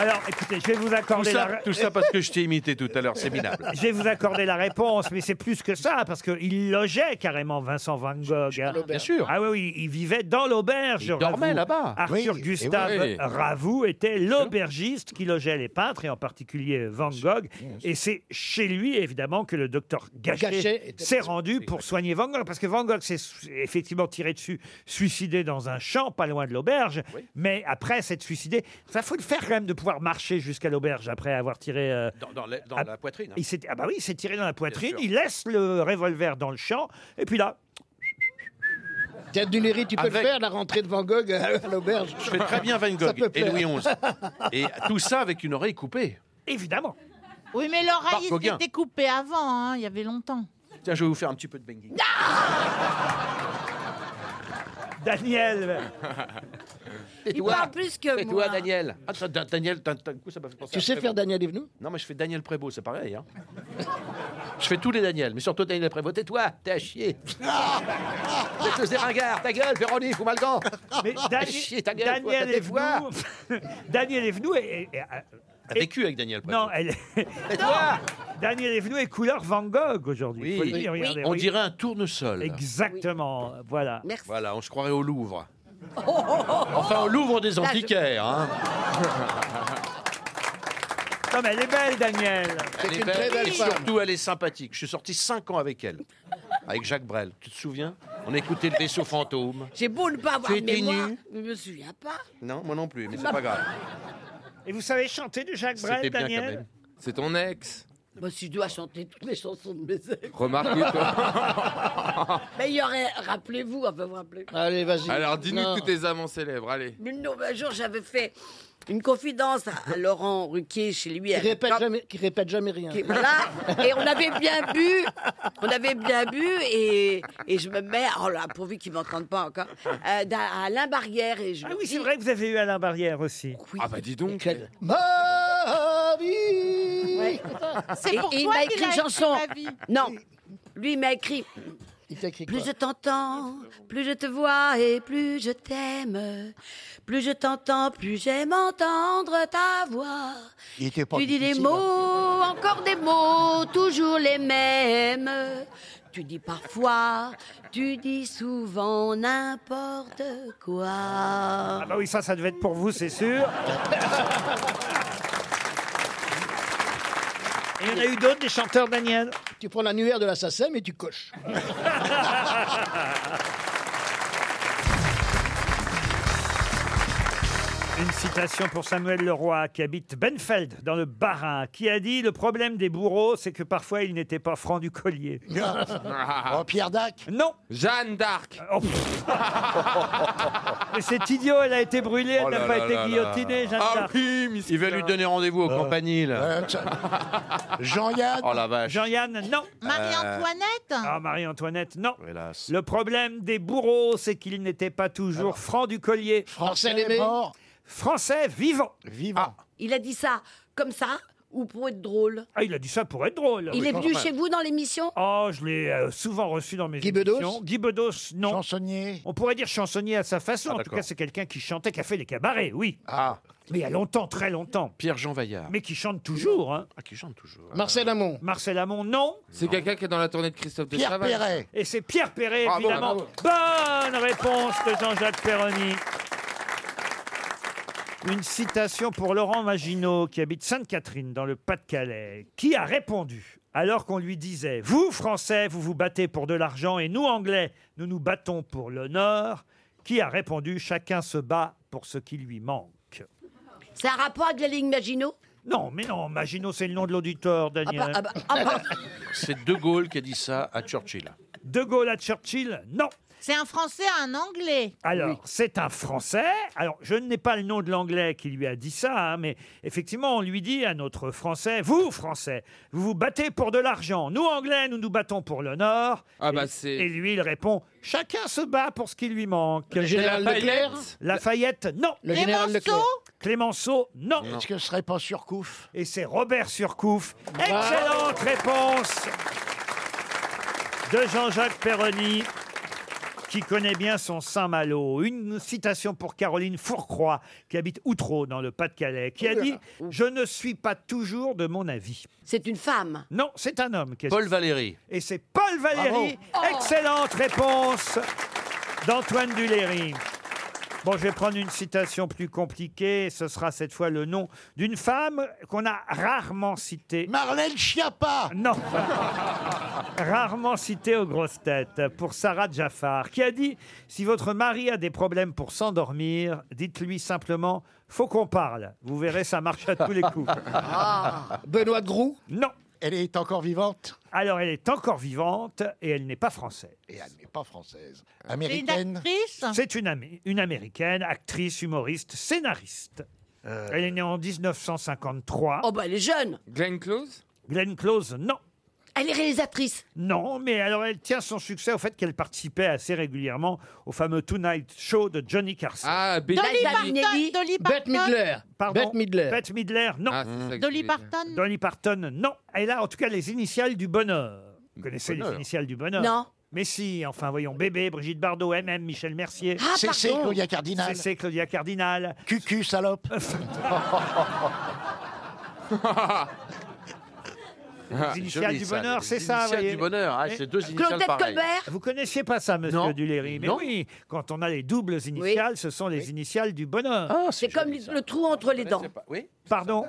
Alors écoutez, je vais vous Tout accorder ça, la... tout ça parce que je t'ai imité tout à l'heure, c'est minable. Je vais vous accorder la réponse, mais c'est plus que ça, parce qu'il logeait carrément Vincent Van Gogh. hein. Bien sûr. Ah oui, oui, il vivait dans l'auberge. Il dormait Ravoux. là-bas. Arthur Oui, Gustave et oui. Ravoux était l'aubergiste qui logeait les peintres, et en particulier Van Gogh. Et c'est chez lui, évidemment, que le docteur Gachet Gachet était s'est rendu pour soigner Van Gogh, parce que Van Gogh s'est su- effectivement tiré dessus, suicidé dans un champ, pas loin de l'auberge, mais après s'être suicidé, ça faut le faire quand même de pouvoir marcher jusqu'à l'auberge après avoir tiré... euh, Dans, dans la, dans Ah, la poitrine. hein. il s'est, ah bah oui, il s'est tiré dans la poitrine, sûr. il laisse le revolver dans le champ, et puis là, Tiens, Duléry, tu peux le Avec- faire, la rentrée de Van Gogh à l'auberge. Je fais très bien Van Ça peut Gogh et plaire. Louis XI. Et tout ça avec une oreille coupée. évidemment. Oui, mais Marc l'oreille Gauguin. était coupée avant, hein, il y avait longtemps. Tiens, je vais vous faire un petit peu de banging. Ah Daniel, Et Il parle plus que Et moi. toi, Daniel. Ah, t'as- t'as- Daniel, d'un d'un coup, ça m'a fait penser Tu à sais Prévost. faire Daniel Evenou Non, mais je fais Daniel Prévost, c'est pareil. hein. je fais tous les Daniel, mais surtout Daniel Prévost. Et toi, t'es à chier. T'es tous des ringards, ta gueule, Véronique, ou Malgan. mais Ah, Dani- chier, ta gueule, faut Daniel t'as des est venu. Daniel est venu et. et- et- T'as vécu avec Daniel Prévost. non, elle. Daniel est venu et couleur Van Gogh aujourd'hui. Oui. faut le dire, Oui. regardez, On oui. dirait un tournesol. Exactement, voilà. Voilà, on se croirait au Louvre. Oh. Enfin, au Louvre des Là, je- antiquaires. hein. Non, mais elle est belle, Daniel. Elle est une très belle et femme. Surtout, elle est sympathique. Je suis sorti 5 ans avec elle. Avec Jacques Brel. Tu te souviens On écoutait le vaisseau fantôme. J'ai beau ne pas avoir Tu de étais mémoire, nu. je me souviens pas. Non, moi non plus, mais c'est pas grave. Et vous savez chanter de Jacques Brel, C'était bien quand Daniel même. C'est ton ex. Bah, si je dois chanter toutes les chansons de mes ex. Ah, Remarque toi. Mais il y aurait, rappelez-vous, enfin vous rappelez Allez, vas-y. Alors Non. dis-nous tous tes amants célèbres, allez. Mais non, mais un jour j'avais fait une confidence à, à Laurent Ruquier chez lui. Qui à- répète, quand- jamais, qui répète jamais rien. qui- voilà. Et on avait bien bu, on avait bien bu, et, et je me mets, oh là, pourvu qu'ils m'entendent pas encore, euh, d'un- à Alain Barrière. Et je Ah oui, c'est vrai que vous avez eu Alain Barrière aussi. Ah bah dis donc. Ma vie Ouais. Ah C'est Et- pour et il toi m'a qu'il écrit a une chanson. écrit ma vie. Non, lui il m'a écrit. Il t'écrit quoi Plus je t'entends, plus je te vois et plus je t'aime. Plus je t'entends, plus j'aime entendre ta voix. Il était pas tu dis des difficile, mots, hein. encore des mots, toujours les mêmes. Tu dis parfois, tu dis souvent n'importe quoi. Ah bah oui, ça, ça devait être pour vous, c'est sûr. Et Il y en a eu d'autres, des chanteurs, Daniel Tu prends l'annuaire de la SACEM et tu coches. Une citation pour Samuel Leroy, qui habite Benfeld, dans le Bas-Rhin, qui a dit « Le problème des bourreaux, c'est que parfois, ils n'étaient pas francs du collier. Ah, Oh, Pierre Dac » Non Jeanne d'Arc. Oh, pff. Mais c'est idiot, elle a été brûlée, elle Oh n'a là pas là été là là. guillotinée, Jeanne Ah d'Arc. oui, Miss Il va lui donner rendez-vous aux compagnies, là. Euh, ça- Jean-Yann Oh la vache. Jean-Yann, non Marie-Antoinette Ah, Marie-Antoinette, non Hélas. Le problème des bourreaux, c'est qu'ils n'étaient pas toujours francs du collier. Marcel Aimé mort, Français vivants. Ah, vivant. Il a dit ça comme ça, ou pour être drôle Ah, il a dit ça pour être drôle. Il est venu chez vous dans l'émission Oh, je l'ai euh, souvent reçu dans mes Guy émissions. Bedos Guy Bedos, non. Chansonnier On pourrait dire chansonnier à sa Ah, façon. en tout cas, c'est quelqu'un qui chantait, qui a fait les cabarets, oui. Ah. Mais il y a longtemps, très longtemps. Pierre-Jean Vaillard. Mais qui chante toujours. Hein. Ah, qui chante toujours. Marcel Amont. Marcel Amont, non. C'est quelqu'un qui est dans la tournée de Christophe de Chavannes. Et c'est Pierre Perret, Bravo, évidemment. bravo. Bonne réponse de Jean-Jacques Perroni. Une citation pour Laurent Maginot, qui habite Sainte-Catherine, dans le Pas-de-Calais, qui a répondu alors qu'on lui disait Vous, Français, vous vous battez pour de l'argent et nous, Anglais, nous nous battons pour l'honneur. Qui a répondu Chacun se bat pour ce qui lui manque. C'est un rapport avec la ligne Maginot Non, mais non, Maginot, c'est le nom de l'auditeur, Daniel. Ah bah, ah bah, C'est De Gaulle qui a dit ça à Churchill. De Gaulle à Churchill Non. C'est un Français à un Anglais. Alors, c'est un Français. Alors, je n'ai pas le nom de l'Anglais qui lui a dit ça, hein, mais effectivement, on lui dit à notre Français, vous, Français, vous vous battez pour de l'argent. Nous, Anglais, nous nous battons pour l'honneur. Ah bah Et c'est. lui, il répond, chacun se bat pour ce qui lui manque. Le général Lafayette Leclerc Lafayette, non. Le général Clémenceau Leclerc Clémenceau, non. Est-ce que ce serait pas Surcouf Bah. Et c'est Robert Surcouf. Excellente réponse de Jean-Jacques Perroni, qui connaît bien son Saint-Malo. Une citation pour Caroline Fourcroy, qui habite Outreau, dans le Pas-de-Calais, qui a Ouh là dit là. « Je ne suis pas toujours de mon avis C'est une femme. ». Non, c'est un homme. qui a- Paul Valéry. Et c'est Paul Valéry. Excellente réponse d'Antoine Duléry. Bon, je vais prendre une citation plus compliquée. Ce sera cette fois le nom d'une femme qu'on a rarement citée. Marlène Schiappa Non rarement citée aux grosses têtes, pour Sarah Jaffar, qui a dit Si votre mari a des problèmes pour s'endormir, dites-lui simplement Faut qu'on parle. Vous verrez, ça marche à tous les coups. Ah. Benoît Groux Non. Elle est encore vivante Alors, elle est encore vivante et elle n'est pas française. Et elle n'est pas française. Euh, Américaine C'est une, Amé- une américaine, actrice, humoriste, scénariste. Elle est née en 1953. Oh, bah, elle est jeune. Glenn Close Glenn Close, non. Elle est réalisatrice. Non, mais alors elle tient son succès au fait qu'elle participait assez régulièrement au fameux Tonight Show de Johnny Carson. Ah, Dolly Parton, Dolly Parton. Pardon. Bette Midler. Bette Midler, non. Ah, Dolly Parton. Dolly Parton, non. Elle a en tout cas les initiales du bonheur. Vous connaissez les bonheur. initiales du bonheur Non. Mais si, enfin voyons, bébé, Brigitte Bardot, MM, Michel Mercier. Ah, C'est- c'est pardon. Claudia Cardinal. C'est c'est Claudia Cardinal. Cucu, salope. Les initiales Ah, Joli, du ça, bonheur, les c'est ça. initiales voyez. du bonheur, ah, Mais- c'est deux initiales Claudette pareilles. Colbert Vous connaissiez pas ça, monsieur Non. Duléry. Mais Non. oui, quand on a les doubles initiales, ce sont les initiales du bonheur. c'est comme le, le trou entre les dents. Pardon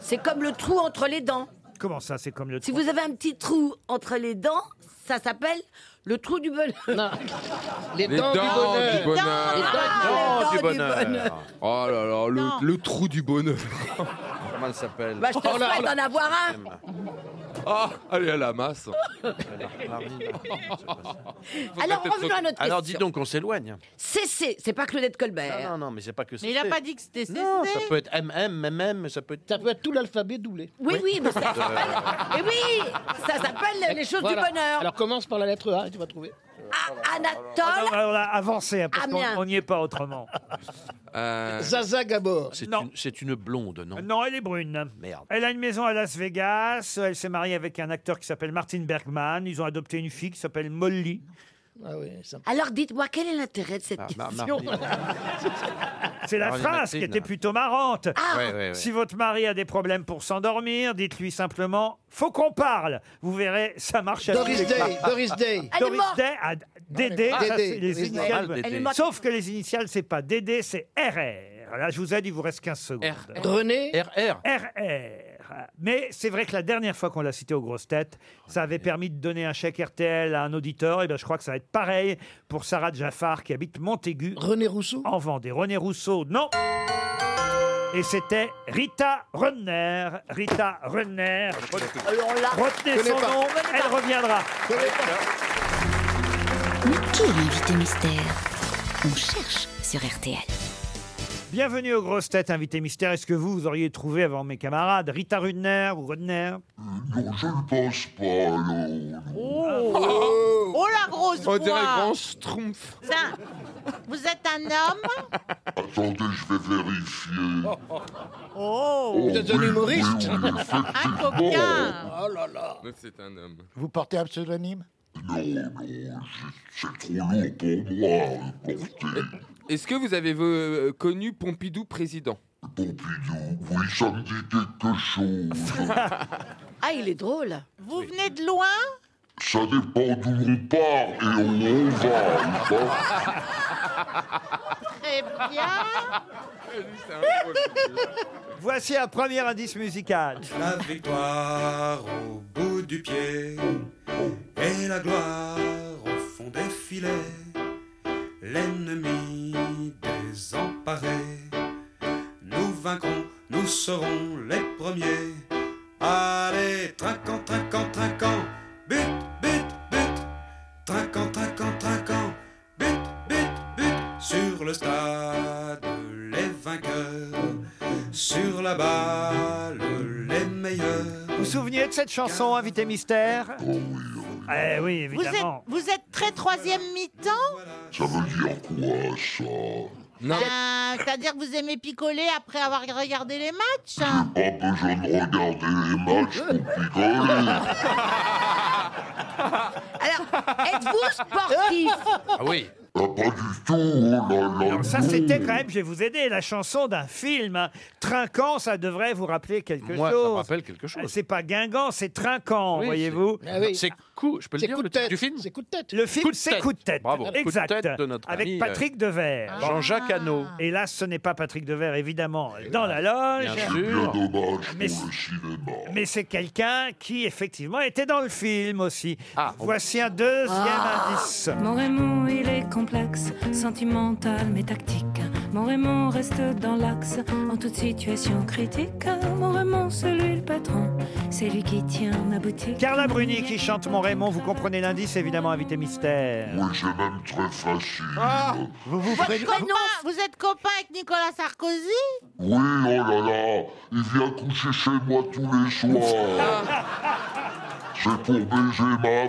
C'est comme le trou entre les dents. Comment ça, c'est comme le Si trou- vous avez un petit trou entre les dents, ça s'appelle le trou du bonheur. Les dents du bonheur. Les dents- Ah, les dents les dents du bonheur. Oh là là, le, Non. le trou du bonheur. Oh Comment elle s'appelle Bah, je Oh te souhaite d'en avoir un. Ah, allez à la masse. Alors, revenons à notre Alors dis question. donc, on s'éloigne. CC, c'est pas Claudette Ah, Colbert. Non, non, non, mais c'est pas que ça. Mais il a pas dit que c'était Non, CC. ça peut être MM, MM, ça peut être. Ça peut être tout l'alphabet doublé. Euh. Oui, oui, mais ça s'appelle. Et oui, ça s'appelle les- les choses Voilà. du bonheur. Alors commence par la lettre A et tu vas trouver. Ah non, Anatole, alors là, avancez, hein, parce Amiens. qu'on n'y est pas autrement. Zaza Euh. Gabor. C'est une- C'est une, blonde, non Non, elle est brune. Merde. Elle a une maison à Las Vegas. Elle s'est mariée avec un acteur qui s'appelle Martin Bergman. Ils ont adopté une fille qui s'appelle Molly. Ah alors dites-moi, quel est l'intérêt de cette Mar- Ah, Mar- question C'est la Marley phrase qui Martin. était plutôt marrante. Ah. Ouais, ouais, ouais. Si votre mari a des problèmes pour s'endormir, dites-lui simplement Faut qu'on parle. Vous verrez, ça marche à Doris tous les Day, coups. Doris Day. Ah, Elle est Doris morte. Day à Dédé. Non, ça, c'est Dédé, les Doris Day. initiales. Elle est morte. Sauf que les initiales, c'est pas Dédé, c'est RR. Là, je vous aide, il vous reste 15 secondes. René. RR. RR. Mais c'est vrai que la dernière fois qu'on l'a cité aux grosses têtes, ça avait permis de donner un chèque RTL à un auditeur. Et bien, je crois que ça va être pareil pour Sarah Jaffar qui habite Montaigu. René Rousseau En Vendée. René Rousseau, non et c'était Rita Renner. Rita Renner. Retenez son Connais pas. nom, elle reviendra. Mais qui est l'invité mystère On cherche sur RTL. Bienvenue aux grosses têtes, invité mystère. Est-ce que vous, vous auriez trouvé avant mes camarades Rita Rudner ou Rudner Euh, Non, je ne pense pas, non. Oh, oh la grosse On dirait voix. grand Ça, Vous êtes un homme Attendez, je vais vérifier. Oh, oh, Vous êtes un humoriste Un coquin Oh là là Mais c'est un homme. Vous portez un pseudonyme Non, non, c'est trop lourd pour moi. Est-ce que vous avez euh, connu Pompidou président Oui, ça me dit quelque chose. Ah, il est drôle. Vous venez de loin Ça dépend d'où on part et où on va. ou pas. Très bien Voici un premier indice musical. La victoire au bout du pied et la gloire au fond des filets. L'ennemi désemparé, nous vaincrons, nous serons les premiers. Allez, trinquant, trinquant, trinquant, but, but, but, trinquant, trinquant, trinquant, but, but, but, sur le stade, les vainqueurs, sur la balle, les meilleurs. Vous vous souveniez de cette chanson, invité mystère Eh oui, vous êtes, évidemment. vous êtes très troisième mi-temps Ça veut dire quoi, ça Euh, C'est-à-dire que vous aimez picoler après avoir regardé les matchs Pas besoin de regarder les matchs pour picoler. Êtes-vous sportif Ah oui. Pas du tout, oh là là. ça, c'était quand même, je vais vous aider, la chanson d'un film. hein. Trinquant, ça devrait vous rappeler quelque Moi, ça chose. me rappelle quelque chose. Ah, C'est pas Guingamp, c'est Trinquant, Oui, voyez-vous. c'est- Ah oui. C'est coup, je peux le C'est dire, coup le de titre tête. du film C'est coup de tête. Le Coup film, de c'est tête. coup de tête. Bravo. Coup de Exact. tête de notre Avec ami, euh, Patrick Devers. Ah. Jean-Jacques Hano. Hélas, ce n'est pas Patrick Devers, évidemment, dans la loge. C'est Ah, bien dommage pour Mais- le cinéma. Mais c'est quelqu'un qui, effectivement, était dans le film aussi. Ah, Voici un deuxième indice. Mon Raymond, il est complexe, sentimental mais tactique. Mon Raymond reste dans l'axe en toute situation critique. Mon Raymond, c'est lui le patron, c'est lui qui tient ma boutique. Carla Bruni qui chante Mon Raymond, vous comprenez l'indice, évidemment, invité mystère. Oui, c'est même très facile. vous vous Votre copain- Vous êtes copain avec Nicolas Sarkozy Oui, oh là là, il vient coucher chez moi tous les soirs. C'est pour baiser ma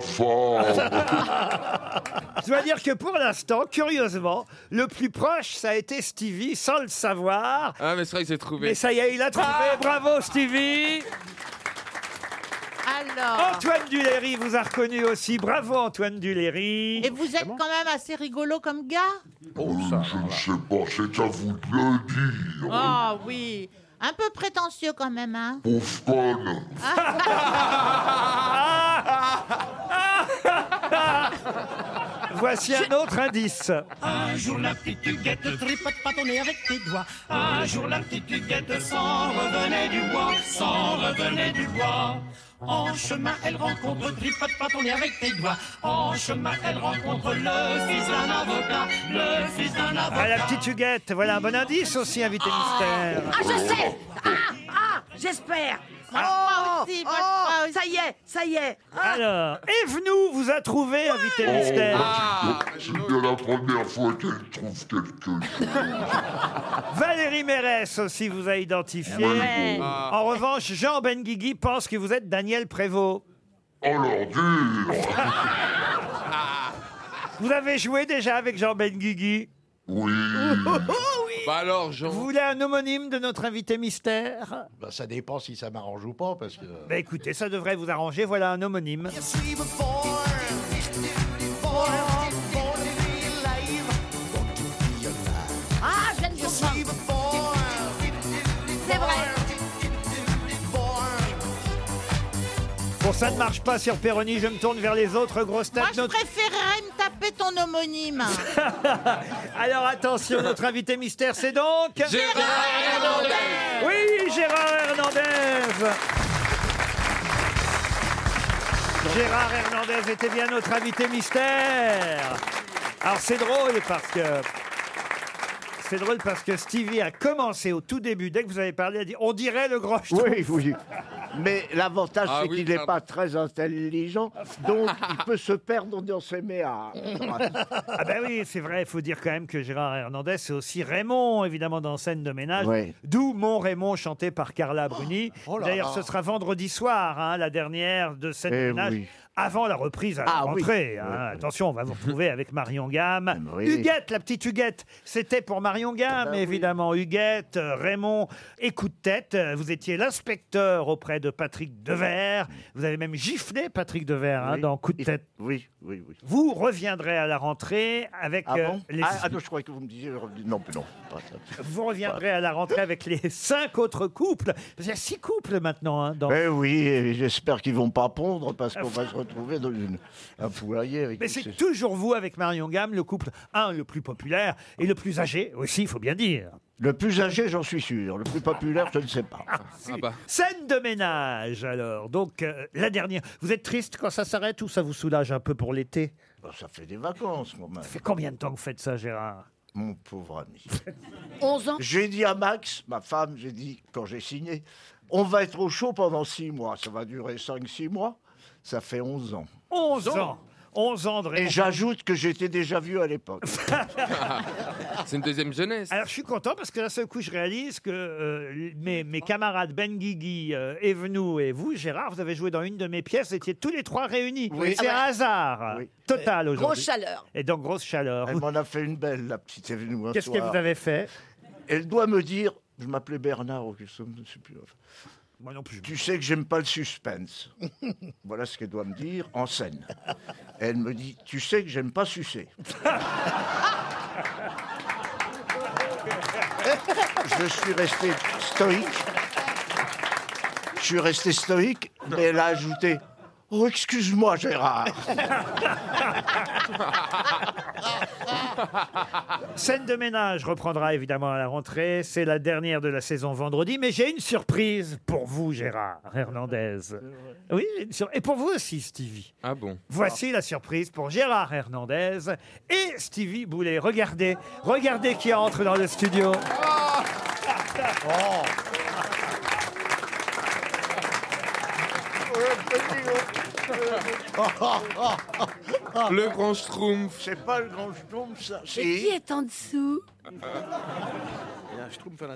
femme. Ah, Je dois dire que pour l'instant, curieusement, le plus proche, ça a été Stevie, sans le savoir. Ah, mais c'est vrai que j'ai trouvé. Mais ça y est, il a trouvé. Bravo, Stevie. Alors Ah. Antoine Duléry vous a reconnu aussi. Bravo, Antoine Duléry. Et vous êtes quand même assez rigolo comme gars Euh, je ne sais pas, c'est à vous de le dire, Ah oui Un peu prétentieux quand même, hein pauvre conne. Voici un autre indice. Un jour la petite guguette tripote pas ton nez avec tes doigts. Un jour la petite guguette s'en revenait du bois, s'en revenait du bois. En chemin, elle rencontre tripote pas ton nez avec tes doigts. En chemin, elle rencontre le fils d'un avocat, le fils d'un avocat. Ah, la petite Huguette, voilà un bon indice aussi, invité mystère. Ah, je sais Ah, ah, j'espère Ah. Oh, oh, ça y est, ça y est Ah. Alors, Evenou vous a trouvé, invité Oh, mystère. c'est bien la première fois qu'elle trouve quelque chose. Valérie Mérès aussi vous a identifié. Ouais. Ah. En revanche, Jean Benguigui pense que vous êtes Daniel Prévost. Oh l'ordure Vous avez joué déjà avec Jean Benguigui Oh, Oui. Bah alors, Jean. Vous voulez un homonyme de notre invité mystère Bah, Ça dépend si ça m'arrange ou pas, parce que... Bah écoutez, ça devrait vous arranger, voilà un homonyme. Ah, je viens de comprendre. C'est vrai. Bon, ça ne marche pas sur Péroni, je me tourne vers les autres grosses têtes. Moi, je Notre- préférerais me taper ton homonyme Alors attention, notre invité mystère, c'est donc... Hernandez Oui, Gérard Hernandez Gérard Hernandez était bien notre invité mystère. Alors c'est drôle parce que C'est drôle parce que Stevie a commencé au tout début, dès que vous avez parlé, a dit On dirait le grand jeton. Oui, oui. Mais l'avantage, Ah c'est oui, qu'il n'est ça- pas très intelligent, donc il peut se perdre dans ses méas. Ah ben oui, c'est vrai, il faut dire quand même que Gérard Hernandez, c'est aussi Raymond, évidemment, dans Scène de ménage. Oui. D'où Mon Raymond, chanté par Carla Bruni. Oh là D'ailleurs, là. ce sera vendredi soir, hein, la dernière de Scène de Eh ménage. oui. Avant la reprise à la Ah oui. rentrée. hein. Ouais. Attention, on va vous retrouver avec Marion Gamme. oui. Ah bah Huguette, la petite Huguette, c'était pour Marion Gamme, évidemment. Huguette, euh, Raymond, écoute tête. euh, Vous étiez l'inspecteur auprès de Patrick Devers. Vous avez même giflé Patrick Devers hein, Oui. dans Coup de tête. Oui, oui, oui. Vous reviendrez à la rentrée avec Ah euh, bon les. ah, ah non, je croyais que vous me disiez... Non, non, pas ça. vous reviendrez à la rentrée avec les cinq autres couples. Il y a six couples maintenant. hein, dans... Eh oui, et j'espère qu'ils vont pas pondre parce qu'on va se retrouver dans une, un poulailler avec Mais tous c'est ces- toujours vous avec Marion Gamme, le couple un le plus populaire et le plus âgé aussi, il faut bien dire. Le plus âgé, j'en suis sûr. Le plus populaire, je ne sais pas. bah. Scène de ménage alors. Donc euh, la dernière. Vous êtes triste quand ça s'arrête ou ça vous soulage un peu pour l'été Bon, ça fait des vacances, quand même. Ça fait combien de temps que vous faites ça, Gérard Mon pauvre ami. 11 ans. J'ai dit à Max, ma femme, j'ai dit, quand j'ai signé, on va être au chaud pendant six mois. Ça va durer cinq, six mois. Ça fait 11 ans. 11 ans. 11 ans de Et réponse. j'ajoute que j'étais déjà vieux à l'époque. C'est une deuxième jeunesse. Alors je suis content parce que d'un seul coup je réalise que euh, mes, mes camarades Ben Guigui, euh, Evenou et vous, Gérard, vous avez joué dans une de mes pièces, vous étiez tous les trois réunis. Oui. C'est Ah un ouais. hasard total aujourd'hui. Grosse chaleur. Et donc grosse chaleur. Elle m'en a fait une belle, la petite Evenou. un Qu'est-ce que soir. vous avez fait Elle doit me dire, je m'appelais Bernard ou quelque chose, je ne sais plus. Moi non plus. Tu sais que j'aime pas le suspense. voilà ce qu'elle doit me dire en scène. Elle me dit, tu sais que j'aime pas sucer. je suis resté stoïque. Je suis resté stoïque, mais elle a ajouté, oh excuse-moi Gérard. Scène de ménage reprendra évidemment à la rentrée. C'est la dernière de la saison vendredi, mais j'ai une surprise pour vous, Gérard Hernandez. Oui, j'ai une sur- et pour vous aussi, Stevie. Ah bon Voici la surprise pour Gérard Hernandez et Stevie Boulet. Regardez, regardez qui entre dans le studio. Oh, Le grand schtroumpf. C'est pas le grand schtroumpf, ça. Et qui est en dessous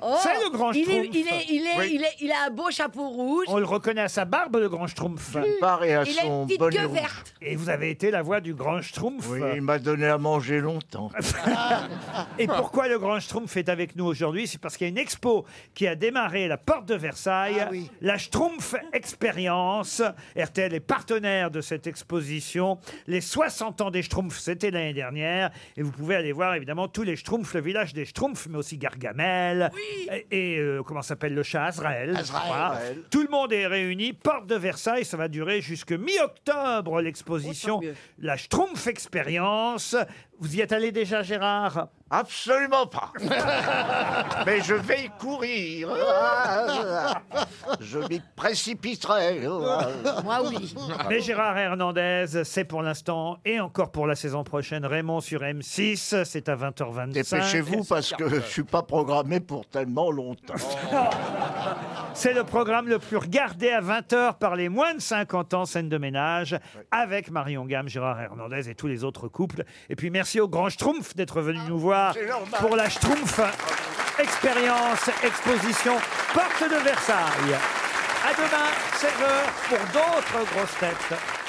Oh, C'est le grand il est, schtroumpf. il, est, il, est, Oui. il, est, il a un beau chapeau rouge. On le reconnaît à sa barbe, le grand Schtroumpf. Il part et à Il a une son petite bonnet queue rouge. verte. Et vous avez été la voix du grand Schtroumpf. Oui, il m'a donné à manger longtemps. Et pourquoi le Grand Schtroumpf est avec nous aujourd'hui C'est parce qu'il y a une expo qui a démarré à la porte de Versailles, Ah la Schtroumpf Expérience. RTL est partenaire de cette exposition. Les 60 ans des Schtroumpfs, c'était l'année dernière. Et vous pouvez aller voir évidemment tous les Schtroumpfs, le village des Schtroumpfs, mais aussi Gargamel. Et, et, euh, comment s'appelle le chat Azrael. je Azrael. crois. Azrael. Tout le monde est réuni, porte de Versailles, ça va durer jusque mi-octobre l'exposition, la Schtroumpf Expérience. Vous y êtes allé déjà, Gérard Absolument pas. Mais je vais y courir. Je m'y précipiterai. Moi, oui. Mais Gérard Hernandez, c'est pour l'instant et encore pour la saison prochaine, Raymond sur M6, c'est à 20h25. Dépêchez-vous parce que je suis pas programmé pour tellement longtemps. Oh. C'est le programme le plus regardé à 20h par les moins de 50 ans, scène de ménage, avec Marion Gamme, Gérard Hernandez et tous les autres couples. Et puis merci au grand Schtroumpf d'être venu nous voir c'est normal. pour la Schtroumpf Expérience Exposition Porte de Versailles. À demain, 16h, pour d'autres grosses têtes.